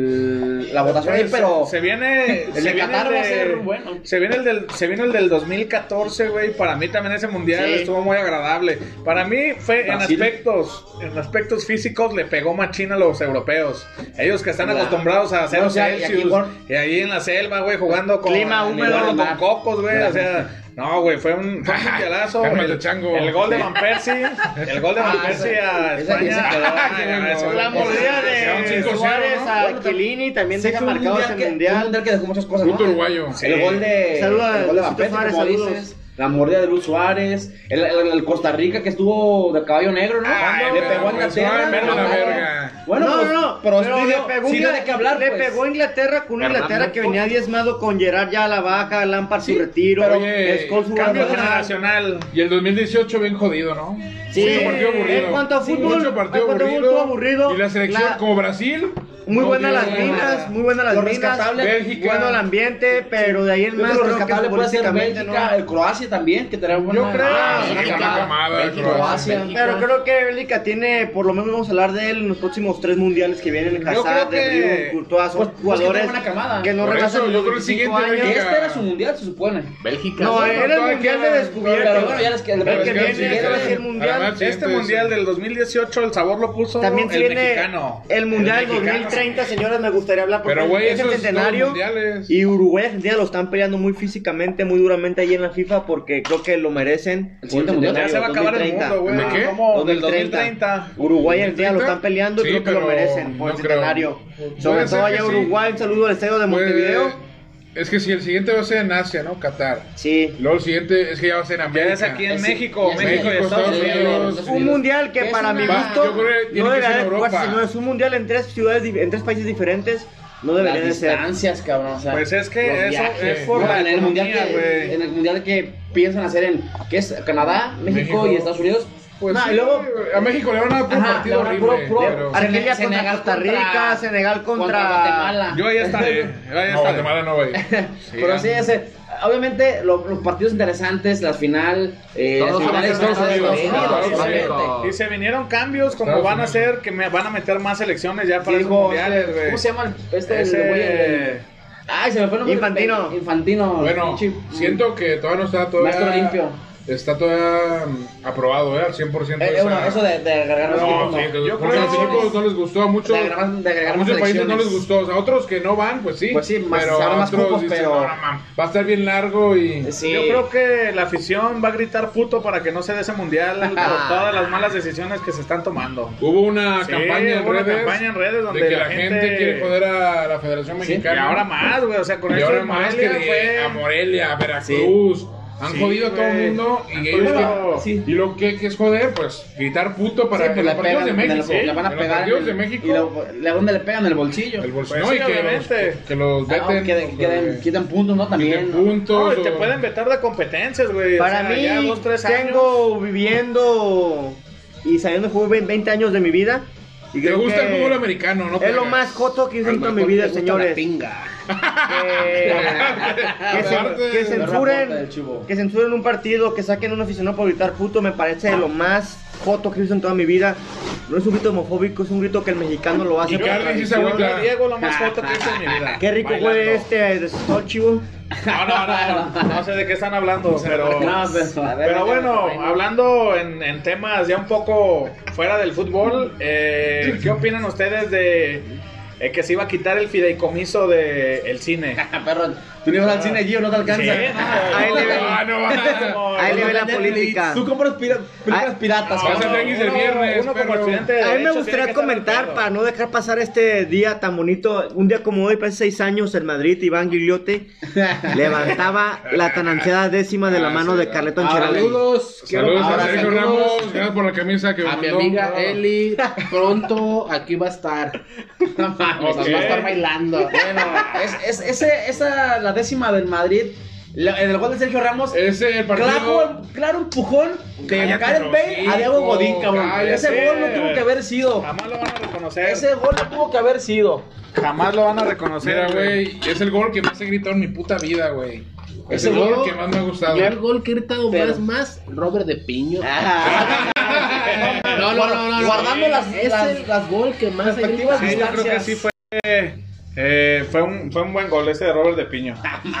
[SPEAKER 3] el, la votación ahí?
[SPEAKER 7] Pues,
[SPEAKER 3] Pero
[SPEAKER 7] se viene
[SPEAKER 3] el
[SPEAKER 7] se
[SPEAKER 3] de
[SPEAKER 7] viene
[SPEAKER 3] Qatar
[SPEAKER 7] el
[SPEAKER 3] va a
[SPEAKER 7] de-
[SPEAKER 3] ser bueno.
[SPEAKER 7] Se viene el del se viene el del 2014, güey. Para mí también ese mundial
[SPEAKER 6] Sí.
[SPEAKER 7] estuvo muy agradable. Para mí fue en
[SPEAKER 3] Brasil.
[SPEAKER 7] aspectos en aspectos físicos le pegó machina a los europeos. Ellos que están
[SPEAKER 3] Claro.
[SPEAKER 7] acostumbrados a hacer
[SPEAKER 3] No, o sea, y aquí
[SPEAKER 7] Celsius
[SPEAKER 3] por-
[SPEAKER 7] y ahí en la selva, güey, jugando con
[SPEAKER 6] Clima
[SPEAKER 7] en el
[SPEAKER 6] húmedo.
[SPEAKER 7] barro con
[SPEAKER 3] Mar.
[SPEAKER 7] cocos, güey, o sea, no, güey, fue un, fue un mundialazo.
[SPEAKER 4] Cálmate,
[SPEAKER 7] el,
[SPEAKER 4] chango.
[SPEAKER 7] el gol de Van Persie, el gol de Van
[SPEAKER 3] Ah,
[SPEAKER 7] Persie
[SPEAKER 3] ese-
[SPEAKER 7] a
[SPEAKER 3] ese- ese
[SPEAKER 7] España.
[SPEAKER 3] quedó-
[SPEAKER 7] Ay,
[SPEAKER 4] qué
[SPEAKER 7] no,
[SPEAKER 4] buen
[SPEAKER 7] ese-
[SPEAKER 4] gol.
[SPEAKER 6] La mordida
[SPEAKER 4] Hicieron
[SPEAKER 6] de
[SPEAKER 4] 5-0,
[SPEAKER 6] Suárez
[SPEAKER 4] ¿no?
[SPEAKER 6] a
[SPEAKER 3] Bueno,
[SPEAKER 6] Chiellini también
[SPEAKER 3] Sí,
[SPEAKER 6] deja
[SPEAKER 3] fue un
[SPEAKER 6] marcado ese
[SPEAKER 3] mundial que- fue un
[SPEAKER 6] mundial.
[SPEAKER 3] mundial que dejó muchas cosas.
[SPEAKER 4] Punto
[SPEAKER 3] ¿no?
[SPEAKER 4] uruguayo.
[SPEAKER 3] El gol de.
[SPEAKER 6] Saluda
[SPEAKER 3] el gol de
[SPEAKER 6] a
[SPEAKER 3] Van
[SPEAKER 6] Luisito
[SPEAKER 3] Persie,
[SPEAKER 6] Suárez,
[SPEAKER 3] como
[SPEAKER 6] saludos.
[SPEAKER 3] dices. La mordida de Luis Suárez. El, el- el Costa Rica que estuvo de caballo negro, ¿no?
[SPEAKER 4] Ay,
[SPEAKER 3] le
[SPEAKER 4] no,
[SPEAKER 3] pegó a
[SPEAKER 4] Luis
[SPEAKER 3] Inglaterra.
[SPEAKER 4] Suárez,
[SPEAKER 7] vete a la
[SPEAKER 3] Ah,
[SPEAKER 4] verga.
[SPEAKER 3] Bueno,
[SPEAKER 6] no,
[SPEAKER 3] pues,
[SPEAKER 6] no, no,
[SPEAKER 3] Pero,
[SPEAKER 6] pero
[SPEAKER 3] sí
[SPEAKER 6] le
[SPEAKER 3] dio-
[SPEAKER 6] pegó,
[SPEAKER 3] sí dio
[SPEAKER 6] Ingla-
[SPEAKER 3] de qué hablar.
[SPEAKER 6] le
[SPEAKER 3] pues.
[SPEAKER 6] pegó Inglaterra con una
[SPEAKER 5] Hernán
[SPEAKER 6] Inglaterra que
[SPEAKER 5] Blanco.
[SPEAKER 6] venía diezmado con Gerard ya a la baja, Lampard su retiro,
[SPEAKER 4] oye,
[SPEAKER 6] Scholes
[SPEAKER 7] Cambio
[SPEAKER 6] jugador.
[SPEAKER 7] generacional.
[SPEAKER 4] Y el 2018 bien jodido, ¿no?
[SPEAKER 6] Sí,
[SPEAKER 4] Mucho partido aburrido.
[SPEAKER 6] en cuanto a fútbol,
[SPEAKER 4] mucho partido
[SPEAKER 6] en cuanto a
[SPEAKER 4] aburrido.
[SPEAKER 6] fútbol aburrido,
[SPEAKER 4] Y la selección
[SPEAKER 6] la-
[SPEAKER 4] como Brasil.
[SPEAKER 6] Muy
[SPEAKER 4] no
[SPEAKER 6] buenas
[SPEAKER 4] dio
[SPEAKER 6] las minas, muy buenas las
[SPEAKER 3] Lo
[SPEAKER 6] minas.
[SPEAKER 3] rescatable-
[SPEAKER 4] Bélgica.
[SPEAKER 6] Bueno el ambiente, pero de ahí en
[SPEAKER 3] Yo creo
[SPEAKER 6] más
[SPEAKER 3] que lo
[SPEAKER 6] creo que
[SPEAKER 3] rescatable puede ser
[SPEAKER 6] futbolísticamente no.
[SPEAKER 3] Bélgica, el Croacia también, que tenía buena...
[SPEAKER 7] creo-
[SPEAKER 4] Ah,
[SPEAKER 6] Ah,
[SPEAKER 4] sí,
[SPEAKER 6] sí,
[SPEAKER 4] una
[SPEAKER 6] claro.
[SPEAKER 4] camada de
[SPEAKER 3] Bélgica,
[SPEAKER 4] Croacia.
[SPEAKER 3] Croacia.
[SPEAKER 6] Pero creo que Bélgica tiene, por lo menos vamos a hablar de él en los próximos tres mundiales que vienen.
[SPEAKER 7] Yo creo
[SPEAKER 6] Hazard, De
[SPEAKER 7] que-
[SPEAKER 6] Río, Courtois, son
[SPEAKER 3] Pues- pues que
[SPEAKER 6] jugadores
[SPEAKER 3] tiene buena camada.
[SPEAKER 6] que no
[SPEAKER 4] Por
[SPEAKER 6] rebasan
[SPEAKER 4] eso,
[SPEAKER 6] los
[SPEAKER 4] yo creo el
[SPEAKER 6] 25
[SPEAKER 4] siguiente
[SPEAKER 6] años.
[SPEAKER 4] Bélgica.
[SPEAKER 3] Este era su mundial, se supone.
[SPEAKER 5] Bélgica.
[SPEAKER 6] No, eh, era
[SPEAKER 5] güey.
[SPEAKER 6] el
[SPEAKER 4] todavía
[SPEAKER 6] mundial de
[SPEAKER 4] queda-
[SPEAKER 6] descubierta.
[SPEAKER 3] Pero bueno, ya les queda...
[SPEAKER 6] El que
[SPEAKER 4] Pero
[SPEAKER 6] viene,
[SPEAKER 4] es que
[SPEAKER 6] el
[SPEAKER 4] siguiente,
[SPEAKER 6] que viene,
[SPEAKER 4] además,
[SPEAKER 6] mundial.
[SPEAKER 7] Este
[SPEAKER 4] siguiente,
[SPEAKER 7] mundial
[SPEAKER 4] sí.
[SPEAKER 7] del 2018 el sabor lo puso
[SPEAKER 6] También
[SPEAKER 7] el
[SPEAKER 6] se viene
[SPEAKER 7] mexicano.
[SPEAKER 6] el mundial
[SPEAKER 7] mexicano.
[SPEAKER 6] 2030, señores, me gustaría hablar porque
[SPEAKER 4] Pero, güey,
[SPEAKER 6] es el
[SPEAKER 4] esos
[SPEAKER 6] centenario.
[SPEAKER 4] dos mundiales.
[SPEAKER 6] Y Uruguay y Argentina lo están peleando muy físicamente, muy duramente ahí en la FIFA porque creo que lo merecen.
[SPEAKER 3] El siguiente mundial.
[SPEAKER 7] Ya se va a acabar el
[SPEAKER 6] 2030.
[SPEAKER 7] mundo, güey.
[SPEAKER 4] ¿De qué?
[SPEAKER 7] ¿Cómo? Del 2030.
[SPEAKER 6] Uruguay y Argentina lo están peleando y
[SPEAKER 4] Sí,
[SPEAKER 6] creo que lo
[SPEAKER 4] pero
[SPEAKER 6] merecen por
[SPEAKER 4] no
[SPEAKER 6] el
[SPEAKER 4] creo.
[SPEAKER 6] centenario.
[SPEAKER 4] Puede
[SPEAKER 6] Sobre
[SPEAKER 4] ser
[SPEAKER 6] todo
[SPEAKER 4] que
[SPEAKER 6] allá
[SPEAKER 4] sí.
[SPEAKER 6] Uruguay, un saludo al estadio de
[SPEAKER 4] Pues,
[SPEAKER 6] Montevideo.
[SPEAKER 4] Es que si el siguiente va a ser en Asia, ¿no? Qatar.
[SPEAKER 6] Sí.
[SPEAKER 4] Luego el siguiente es que ya va a ser en
[SPEAKER 7] Ya
[SPEAKER 4] América.
[SPEAKER 7] es aquí en
[SPEAKER 3] Ese-
[SPEAKER 7] México,
[SPEAKER 3] ya es
[SPEAKER 7] México y
[SPEAKER 4] México,
[SPEAKER 7] Estados
[SPEAKER 4] Estados
[SPEAKER 7] Unidos.
[SPEAKER 4] Unidos.
[SPEAKER 6] Un mundial que
[SPEAKER 3] Es
[SPEAKER 6] para mi
[SPEAKER 3] una-
[SPEAKER 6] gusto
[SPEAKER 4] Yo creo que tiene
[SPEAKER 6] no
[SPEAKER 4] que ser
[SPEAKER 6] debería
[SPEAKER 4] en
[SPEAKER 6] de
[SPEAKER 4] Europa.
[SPEAKER 6] jugarse, no es un mundial en tres ciudades, di- en tres países diferentes, no debería
[SPEAKER 3] Las
[SPEAKER 6] de ser.
[SPEAKER 3] distancias, cabrón, o sea...
[SPEAKER 7] Pues es
[SPEAKER 3] los
[SPEAKER 7] que eso
[SPEAKER 3] viajes.
[SPEAKER 7] es por
[SPEAKER 3] No,
[SPEAKER 7] la
[SPEAKER 3] en el mundial
[SPEAKER 7] economía,
[SPEAKER 3] que, en
[SPEAKER 7] güey.
[SPEAKER 3] el mundial que piensan hacer en ¿qué es? Canadá, México,
[SPEAKER 4] México.
[SPEAKER 3] y Estados Unidos.
[SPEAKER 4] Pues
[SPEAKER 6] No,
[SPEAKER 4] sí,
[SPEAKER 6] y luego-
[SPEAKER 4] a México le van a dar puro
[SPEAKER 3] Ajá, le
[SPEAKER 4] partido
[SPEAKER 3] van a dar
[SPEAKER 4] horrible.
[SPEAKER 3] puro- puro-
[SPEAKER 4] pero-
[SPEAKER 6] Argelia
[SPEAKER 3] Sene-
[SPEAKER 6] contra
[SPEAKER 3] Senegal
[SPEAKER 6] Costa
[SPEAKER 3] contra-
[SPEAKER 6] Rica, Senegal
[SPEAKER 3] contra Guatemala.
[SPEAKER 6] contra...
[SPEAKER 7] Yo ahí estaré. Yo ahí
[SPEAKER 4] No,
[SPEAKER 7] estaré.
[SPEAKER 4] Guatemala no va a ir.
[SPEAKER 3] Pero sí, ese, obviamente lo- los partidos interesantes, las final, eh,
[SPEAKER 5] Todos
[SPEAKER 3] las
[SPEAKER 5] van a
[SPEAKER 3] finales
[SPEAKER 5] ser
[SPEAKER 3] van a ser Estados
[SPEAKER 5] Estados Unidos,
[SPEAKER 3] Unidos,
[SPEAKER 5] Estados
[SPEAKER 3] obviamente.
[SPEAKER 5] Unidos.
[SPEAKER 7] Y se vinieron cambios como
[SPEAKER 4] Estados
[SPEAKER 7] van a
[SPEAKER 4] Unidos.
[SPEAKER 7] ser que me van a meter más selecciones ya para los
[SPEAKER 3] Dijo,
[SPEAKER 7] mundiales, güey.
[SPEAKER 3] ¿cómo se llama el- este el
[SPEAKER 7] Ese-
[SPEAKER 3] güey? el- Ay, se me fue el nombre.
[SPEAKER 6] Infantino.
[SPEAKER 3] Infantino.
[SPEAKER 4] Bueno,
[SPEAKER 3] Pinche-
[SPEAKER 4] siento que todavía no está todavía.
[SPEAKER 3] Maestro limpio.
[SPEAKER 4] Está todavía mm, aprobado, ¿eh? Al 100%.
[SPEAKER 3] Eh, eh,
[SPEAKER 4] esa-
[SPEAKER 3] bueno, eso de, de agregar los
[SPEAKER 4] No,
[SPEAKER 3] equipos,
[SPEAKER 4] sí, que-
[SPEAKER 7] Yo
[SPEAKER 4] porque a los
[SPEAKER 7] creo-
[SPEAKER 4] equipos no les gustó a muchos.
[SPEAKER 3] De agregar- de agregar
[SPEAKER 4] a muchos
[SPEAKER 3] más
[SPEAKER 4] países no
[SPEAKER 3] selecciones.
[SPEAKER 4] les gustó. O sea, a otros que no van, pues sí.
[SPEAKER 3] Pues sí, más-
[SPEAKER 4] pero
[SPEAKER 3] habrá
[SPEAKER 4] a
[SPEAKER 3] más
[SPEAKER 4] otros
[SPEAKER 3] cupos,
[SPEAKER 4] dicen,
[SPEAKER 3] pero-
[SPEAKER 4] "No, no, mames, va a estar bien largo y.
[SPEAKER 3] Sí.
[SPEAKER 7] Yo creo que la afición va a gritar puto para que no se dé ese mundial
[SPEAKER 3] Ah.
[SPEAKER 7] por todas las malas decisiones que se están tomando.
[SPEAKER 4] Hubo una
[SPEAKER 7] Sí,
[SPEAKER 4] campaña en
[SPEAKER 7] hubo una
[SPEAKER 4] redes.
[SPEAKER 7] campaña en redes donde
[SPEAKER 4] de que
[SPEAKER 7] la
[SPEAKER 4] la gente...
[SPEAKER 7] gente
[SPEAKER 4] quiere joder a la Federación
[SPEAKER 7] Y
[SPEAKER 4] Mexicana.
[SPEAKER 7] ahora más, güey. O sea, con
[SPEAKER 4] Y
[SPEAKER 7] esto
[SPEAKER 4] ahora
[SPEAKER 7] de
[SPEAKER 4] más que
[SPEAKER 7] Morelia
[SPEAKER 4] de-
[SPEAKER 7] fue-
[SPEAKER 4] a Morelia, a Veracruz. Han
[SPEAKER 7] Sí,
[SPEAKER 4] jodido a todo el
[SPEAKER 7] güey.
[SPEAKER 4] mundo
[SPEAKER 7] Han
[SPEAKER 4] y ellos
[SPEAKER 7] jodido.
[SPEAKER 4] que- y lo que, que es joder, pues gritar puto para
[SPEAKER 3] Sí, pues le
[SPEAKER 4] en los partidos
[SPEAKER 3] pegan,
[SPEAKER 4] de
[SPEAKER 3] en el-
[SPEAKER 4] México.
[SPEAKER 3] le
[SPEAKER 4] ¿sí?
[SPEAKER 3] van
[SPEAKER 4] En
[SPEAKER 3] a
[SPEAKER 4] los
[SPEAKER 3] pegar.
[SPEAKER 4] partidos de
[SPEAKER 3] en el-
[SPEAKER 4] México.
[SPEAKER 3] Y luego- le, dónde le pegan en el bolsillo.
[SPEAKER 4] El bolsillo.
[SPEAKER 7] Pues
[SPEAKER 4] no,
[SPEAKER 7] sí,
[SPEAKER 4] y que
[SPEAKER 7] obviamente.
[SPEAKER 4] los, que los
[SPEAKER 3] Ah,
[SPEAKER 4] veten. pues,
[SPEAKER 3] que,
[SPEAKER 4] o
[SPEAKER 3] que den-
[SPEAKER 4] que
[SPEAKER 3] quitan puntos, ¿no?
[SPEAKER 4] quiten
[SPEAKER 3] También.
[SPEAKER 4] puntos.
[SPEAKER 7] No, y te
[SPEAKER 4] o-
[SPEAKER 7] pueden vetar de competencias, güey. O
[SPEAKER 6] Para
[SPEAKER 7] sea,
[SPEAKER 6] mí,
[SPEAKER 7] ya dos, tres años.
[SPEAKER 6] tengo viviendo y sabiendo jugar 20 años de mi vida. Y
[SPEAKER 4] Te
[SPEAKER 6] creo
[SPEAKER 4] gusta el
[SPEAKER 6] que
[SPEAKER 4] fútbol americano, ¿no? te
[SPEAKER 6] Es lo
[SPEAKER 4] hagas.
[SPEAKER 6] más joto que he
[SPEAKER 3] A lo
[SPEAKER 6] visto en mi
[SPEAKER 3] mejor
[SPEAKER 6] vida,
[SPEAKER 3] te gusta la
[SPEAKER 6] señores.
[SPEAKER 3] pinga.
[SPEAKER 6] Que, que cen-
[SPEAKER 4] Aparte,
[SPEAKER 6] que
[SPEAKER 3] la
[SPEAKER 6] censuren,
[SPEAKER 3] rapota del chivo.
[SPEAKER 6] que censuren un partido, que saquen a un aficionado por gritar puto, me parece de lo más joto que he visto en toda mi vida. No es un grito homofóbico, es un grito que el mexicano lo hace.
[SPEAKER 4] Y
[SPEAKER 6] por
[SPEAKER 4] Carly sí se
[SPEAKER 6] tradición.
[SPEAKER 4] agüita.
[SPEAKER 7] Yo, Diego, lo más foto que hice en mi vida.
[SPEAKER 6] Qué rico fue este de sol, chivo.
[SPEAKER 7] No, no, no. No sé de qué están hablando, pero.
[SPEAKER 3] No, pues, a ver, déjame
[SPEAKER 7] Pero bueno,
[SPEAKER 3] terminar.
[SPEAKER 7] hablando en, en temas ya un poco fuera del fútbol, eh, ¿qué opinan ustedes de eh, que se iba a quitar el fideicomiso del el cine?
[SPEAKER 3] Ah, perro, tú le vas al cine, Gio, no te alcanza.
[SPEAKER 7] Sí, no,
[SPEAKER 6] Ahí le ve-
[SPEAKER 4] Ah, no, va.
[SPEAKER 7] Como-
[SPEAKER 6] ahí le ve la
[SPEAKER 3] Netflix.
[SPEAKER 6] política.
[SPEAKER 3] Tú compras pira- películas
[SPEAKER 6] Ah,
[SPEAKER 3] piratas,
[SPEAKER 4] Vas al
[SPEAKER 3] cabrón.
[SPEAKER 4] tianguis el viernes,
[SPEAKER 7] uno como
[SPEAKER 4] perro.
[SPEAKER 7] estudiante de
[SPEAKER 6] A mí me
[SPEAKER 7] derecho tiene que
[SPEAKER 6] gustaría
[SPEAKER 7] estar
[SPEAKER 6] comentar,
[SPEAKER 7] al
[SPEAKER 6] para
[SPEAKER 7] pedo.
[SPEAKER 6] no dejar pasar este día tan bonito, un día como hoy, hace seis años, el Madrid, Iván Gigliotti, levantaba la tan ansiada décima de la
[SPEAKER 4] Ah,
[SPEAKER 6] mano
[SPEAKER 4] sí,
[SPEAKER 6] de
[SPEAKER 4] ah.
[SPEAKER 6] Carleto Ancelotti.
[SPEAKER 1] Saludos. quiero-
[SPEAKER 4] Saludos a
[SPEAKER 1] ahora
[SPEAKER 4] Sergio
[SPEAKER 1] saludos
[SPEAKER 4] Ramos. Gracias por la camisa que me
[SPEAKER 1] A mi
[SPEAKER 4] mandó.
[SPEAKER 1] amiga Eli, pronto aquí va a estar. No mames, nos va a estar bailando.
[SPEAKER 3] Bueno, es, es, ese, esa, la décima del Madrid, la- en el gol de Sergio Ramos,
[SPEAKER 4] Ese el
[SPEAKER 3] claro,
[SPEAKER 4] partido.
[SPEAKER 3] claro empujón de
[SPEAKER 4] Cállate,
[SPEAKER 3] Gareth Bale a Diego
[SPEAKER 4] hocico,
[SPEAKER 3] Godín, cabrón.
[SPEAKER 4] cállate.
[SPEAKER 3] Ese gol no tuvo que haber sido.
[SPEAKER 7] Jamás lo van a reconocer.
[SPEAKER 3] Ese gol no tuvo que haber sido.
[SPEAKER 7] Jamás lo van a reconocer,
[SPEAKER 4] Mira,
[SPEAKER 7] güey.
[SPEAKER 4] güey, es el gol que más he gritado en mi puta vida, güey. Es
[SPEAKER 1] Ese
[SPEAKER 4] el
[SPEAKER 1] gol-
[SPEAKER 4] gol que más me ha gustado.
[SPEAKER 1] Yo el gol que he gritado
[SPEAKER 3] Pero-
[SPEAKER 1] más, más, Robert de Piño.
[SPEAKER 4] Ah.
[SPEAKER 3] no, no, no, no. Guardando las-
[SPEAKER 1] Es
[SPEAKER 3] las-
[SPEAKER 1] el las gol que más he
[SPEAKER 3] perspectivas
[SPEAKER 1] gritado.
[SPEAKER 7] Sí, yo creo que
[SPEAKER 3] distancias.
[SPEAKER 7] sí fue. eh, fue, un, fue un buen gol ese de Robert de Piño.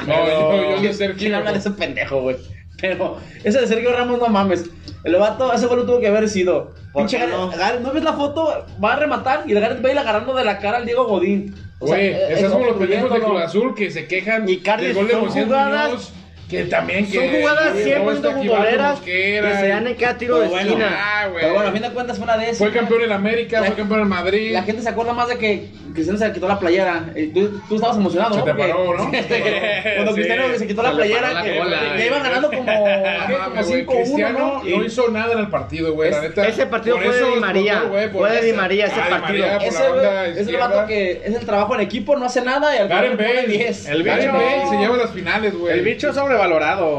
[SPEAKER 4] No, yo, yo el de Sergio.
[SPEAKER 3] ¿Quién habla de ese pendejo, güey? Pero ese de Sergio Ramos, no mames. El vato, ese gol no tuvo que haber sido.
[SPEAKER 6] ¿Por
[SPEAKER 3] Pinche
[SPEAKER 6] qué
[SPEAKER 3] Gareth-
[SPEAKER 6] no?
[SPEAKER 3] Gareth, ¿no ves la foto? Va a rematar y el Gareth Bale agarrando de la cara al Diego Godín. O sea,
[SPEAKER 4] Güey,
[SPEAKER 3] eh,
[SPEAKER 4] esos
[SPEAKER 3] eh,
[SPEAKER 4] son los pendejos de
[SPEAKER 3] obstruyéndolo.
[SPEAKER 4] Cruz Azul que se quejan
[SPEAKER 6] Y Cardi,
[SPEAKER 4] del gol de
[SPEAKER 6] son
[SPEAKER 4] Moisés
[SPEAKER 6] jugadas-
[SPEAKER 4] Muñoz, que también que
[SPEAKER 6] Son jugadas
[SPEAKER 4] que
[SPEAKER 6] 100%
[SPEAKER 4] no está aquí Pablo
[SPEAKER 6] futboleras que
[SPEAKER 4] Mosquera,
[SPEAKER 6] se dan en cada tiro de
[SPEAKER 3] Pero bueno,
[SPEAKER 6] esquina.
[SPEAKER 4] Ah,
[SPEAKER 3] Pero bueno, a
[SPEAKER 4] güey.
[SPEAKER 3] fin de cuentas fue una de esas.
[SPEAKER 4] Fue campeón en América,
[SPEAKER 3] La-
[SPEAKER 4] fue campeón en Madrid.
[SPEAKER 3] La gente se acuerda más de que Cristiano se le quitó la playera. Eh, Tú, tú estabas emocionado,
[SPEAKER 4] Se
[SPEAKER 3] ¿no?
[SPEAKER 4] te
[SPEAKER 3] Porque- este,
[SPEAKER 4] paró, ¿no? Se te
[SPEAKER 7] paró.
[SPEAKER 3] Cuando
[SPEAKER 7] Sí.
[SPEAKER 3] Cristiano se quitó la
[SPEAKER 1] Se le paró
[SPEAKER 3] playera,
[SPEAKER 1] la
[SPEAKER 3] que,
[SPEAKER 1] cola,
[SPEAKER 3] que iba
[SPEAKER 1] eh.
[SPEAKER 3] ganando como,
[SPEAKER 4] Ah,
[SPEAKER 3] ¿qué? como
[SPEAKER 4] mames, güey,
[SPEAKER 3] 5-1,
[SPEAKER 4] Cristiano
[SPEAKER 3] ¿no? Y-
[SPEAKER 4] no hizo nada en el partido, güey. la neta.
[SPEAKER 6] ese partido
[SPEAKER 4] Por
[SPEAKER 6] fue de
[SPEAKER 4] eso
[SPEAKER 6] Di
[SPEAKER 4] explotó,
[SPEAKER 6] María,
[SPEAKER 4] güey, por
[SPEAKER 6] fue de
[SPEAKER 4] ese-
[SPEAKER 6] Di María ese
[SPEAKER 4] Ah, Di
[SPEAKER 6] partido.
[SPEAKER 4] María por
[SPEAKER 3] Ese
[SPEAKER 4] la
[SPEAKER 3] güey,
[SPEAKER 4] banda
[SPEAKER 3] es el
[SPEAKER 4] izquierda.
[SPEAKER 3] vato que es el trabajo en equipo, no hace nada y al final
[SPEAKER 4] Garen
[SPEAKER 3] le pone
[SPEAKER 4] Bale.
[SPEAKER 3] 10.
[SPEAKER 4] El Garen
[SPEAKER 7] bicho.
[SPEAKER 4] Bale se lleva las finales, güey.
[SPEAKER 7] El bicho es sobrevalorado.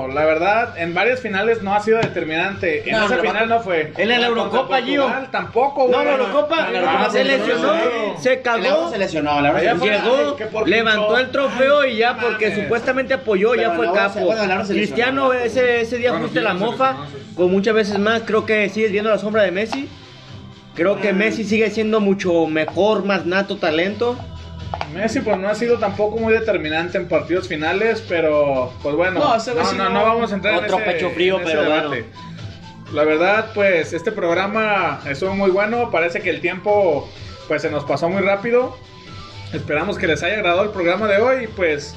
[SPEAKER 7] La verdad, en varias finales no ha sido determinante. En
[SPEAKER 3] No,
[SPEAKER 7] esa
[SPEAKER 3] no,
[SPEAKER 7] final no fue.
[SPEAKER 6] En la
[SPEAKER 7] Contra
[SPEAKER 6] Eurocopa,
[SPEAKER 7] Portugal
[SPEAKER 6] Gio.
[SPEAKER 7] Tampoco,
[SPEAKER 6] No,
[SPEAKER 7] güey.
[SPEAKER 6] no, no, copa,
[SPEAKER 3] no, no,
[SPEAKER 6] se
[SPEAKER 3] no,
[SPEAKER 6] lesionó,
[SPEAKER 4] no, no.
[SPEAKER 6] se
[SPEAKER 3] El Gabo
[SPEAKER 6] cagó,
[SPEAKER 3] se lesionó, la verdad.
[SPEAKER 7] Allá fue-
[SPEAKER 6] llegó,
[SPEAKER 7] Ay, que por
[SPEAKER 6] levantó
[SPEAKER 7] pintor.
[SPEAKER 6] el trofeo y ya
[SPEAKER 7] Ay,
[SPEAKER 6] porque
[SPEAKER 7] mames.
[SPEAKER 6] supuestamente apoyó, ya
[SPEAKER 3] Pero
[SPEAKER 6] fue
[SPEAKER 3] no, se-
[SPEAKER 6] capo.
[SPEAKER 3] bueno, ganaron se
[SPEAKER 6] Cristiano
[SPEAKER 3] lesionó.
[SPEAKER 6] ese, ese día
[SPEAKER 4] Bueno,
[SPEAKER 6] fuiste
[SPEAKER 4] sí,
[SPEAKER 6] la
[SPEAKER 4] se
[SPEAKER 6] mofa,
[SPEAKER 4] lesionó, sí.
[SPEAKER 6] con muchas veces más, creo que sigues viendo la sombra de Messi. Creo que Messi sigue siendo mucho mejor, más nato talento.
[SPEAKER 7] Messi pues no ha sido tampoco muy determinante en partidos finales, pero pues bueno,
[SPEAKER 3] No,
[SPEAKER 7] no,
[SPEAKER 3] ese güey sí
[SPEAKER 7] no,
[SPEAKER 3] no-
[SPEAKER 7] no vamos a entrar
[SPEAKER 6] otro
[SPEAKER 7] en ese,
[SPEAKER 6] pecho frío,
[SPEAKER 7] en ese
[SPEAKER 6] pero
[SPEAKER 7] debate.
[SPEAKER 6] bueno.
[SPEAKER 7] La verdad, pues este programa estuvo muy bueno, parece que el tiempo pues se nos pasó muy rápido. Esperamos que les haya agradado el programa de hoy, pues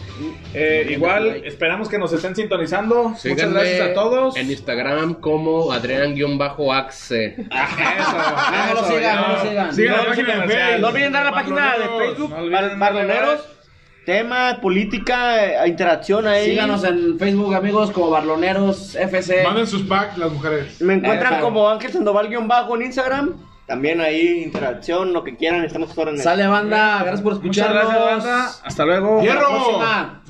[SPEAKER 7] eh, igual esperamos que nos estén sintonizando. Muchas
[SPEAKER 1] Síganme
[SPEAKER 7] gracias a todos.
[SPEAKER 1] En Instagram como Adrián-Axe.
[SPEAKER 3] Ah, no lo sigan, no lo sigan.
[SPEAKER 4] Sigan
[SPEAKER 6] No,
[SPEAKER 4] la página de Facebook.
[SPEAKER 6] No olviden dar la página de
[SPEAKER 4] Marloneros,
[SPEAKER 6] Facebook,
[SPEAKER 4] no
[SPEAKER 6] Mar-
[SPEAKER 4] olviden
[SPEAKER 6] Marloneros,
[SPEAKER 4] darle
[SPEAKER 6] temas, política, eh, interacción ahí.
[SPEAKER 3] Síganos en Facebook, amigos, como Barloneros FC.
[SPEAKER 4] Manden sus packs las mujeres.
[SPEAKER 6] Me encuentran
[SPEAKER 3] Eso.
[SPEAKER 6] como Ángel Sandoval-bajo en Instagram. También ahí, interacción, lo que quieran, estamos a sus órdenes.
[SPEAKER 3] Sale banda, gracias por
[SPEAKER 7] Muchas
[SPEAKER 3] escucharnos.
[SPEAKER 7] gracias, banda. Hasta luego.
[SPEAKER 3] Hasta la
[SPEAKER 4] ¡Hierro!
[SPEAKER 3] próxima.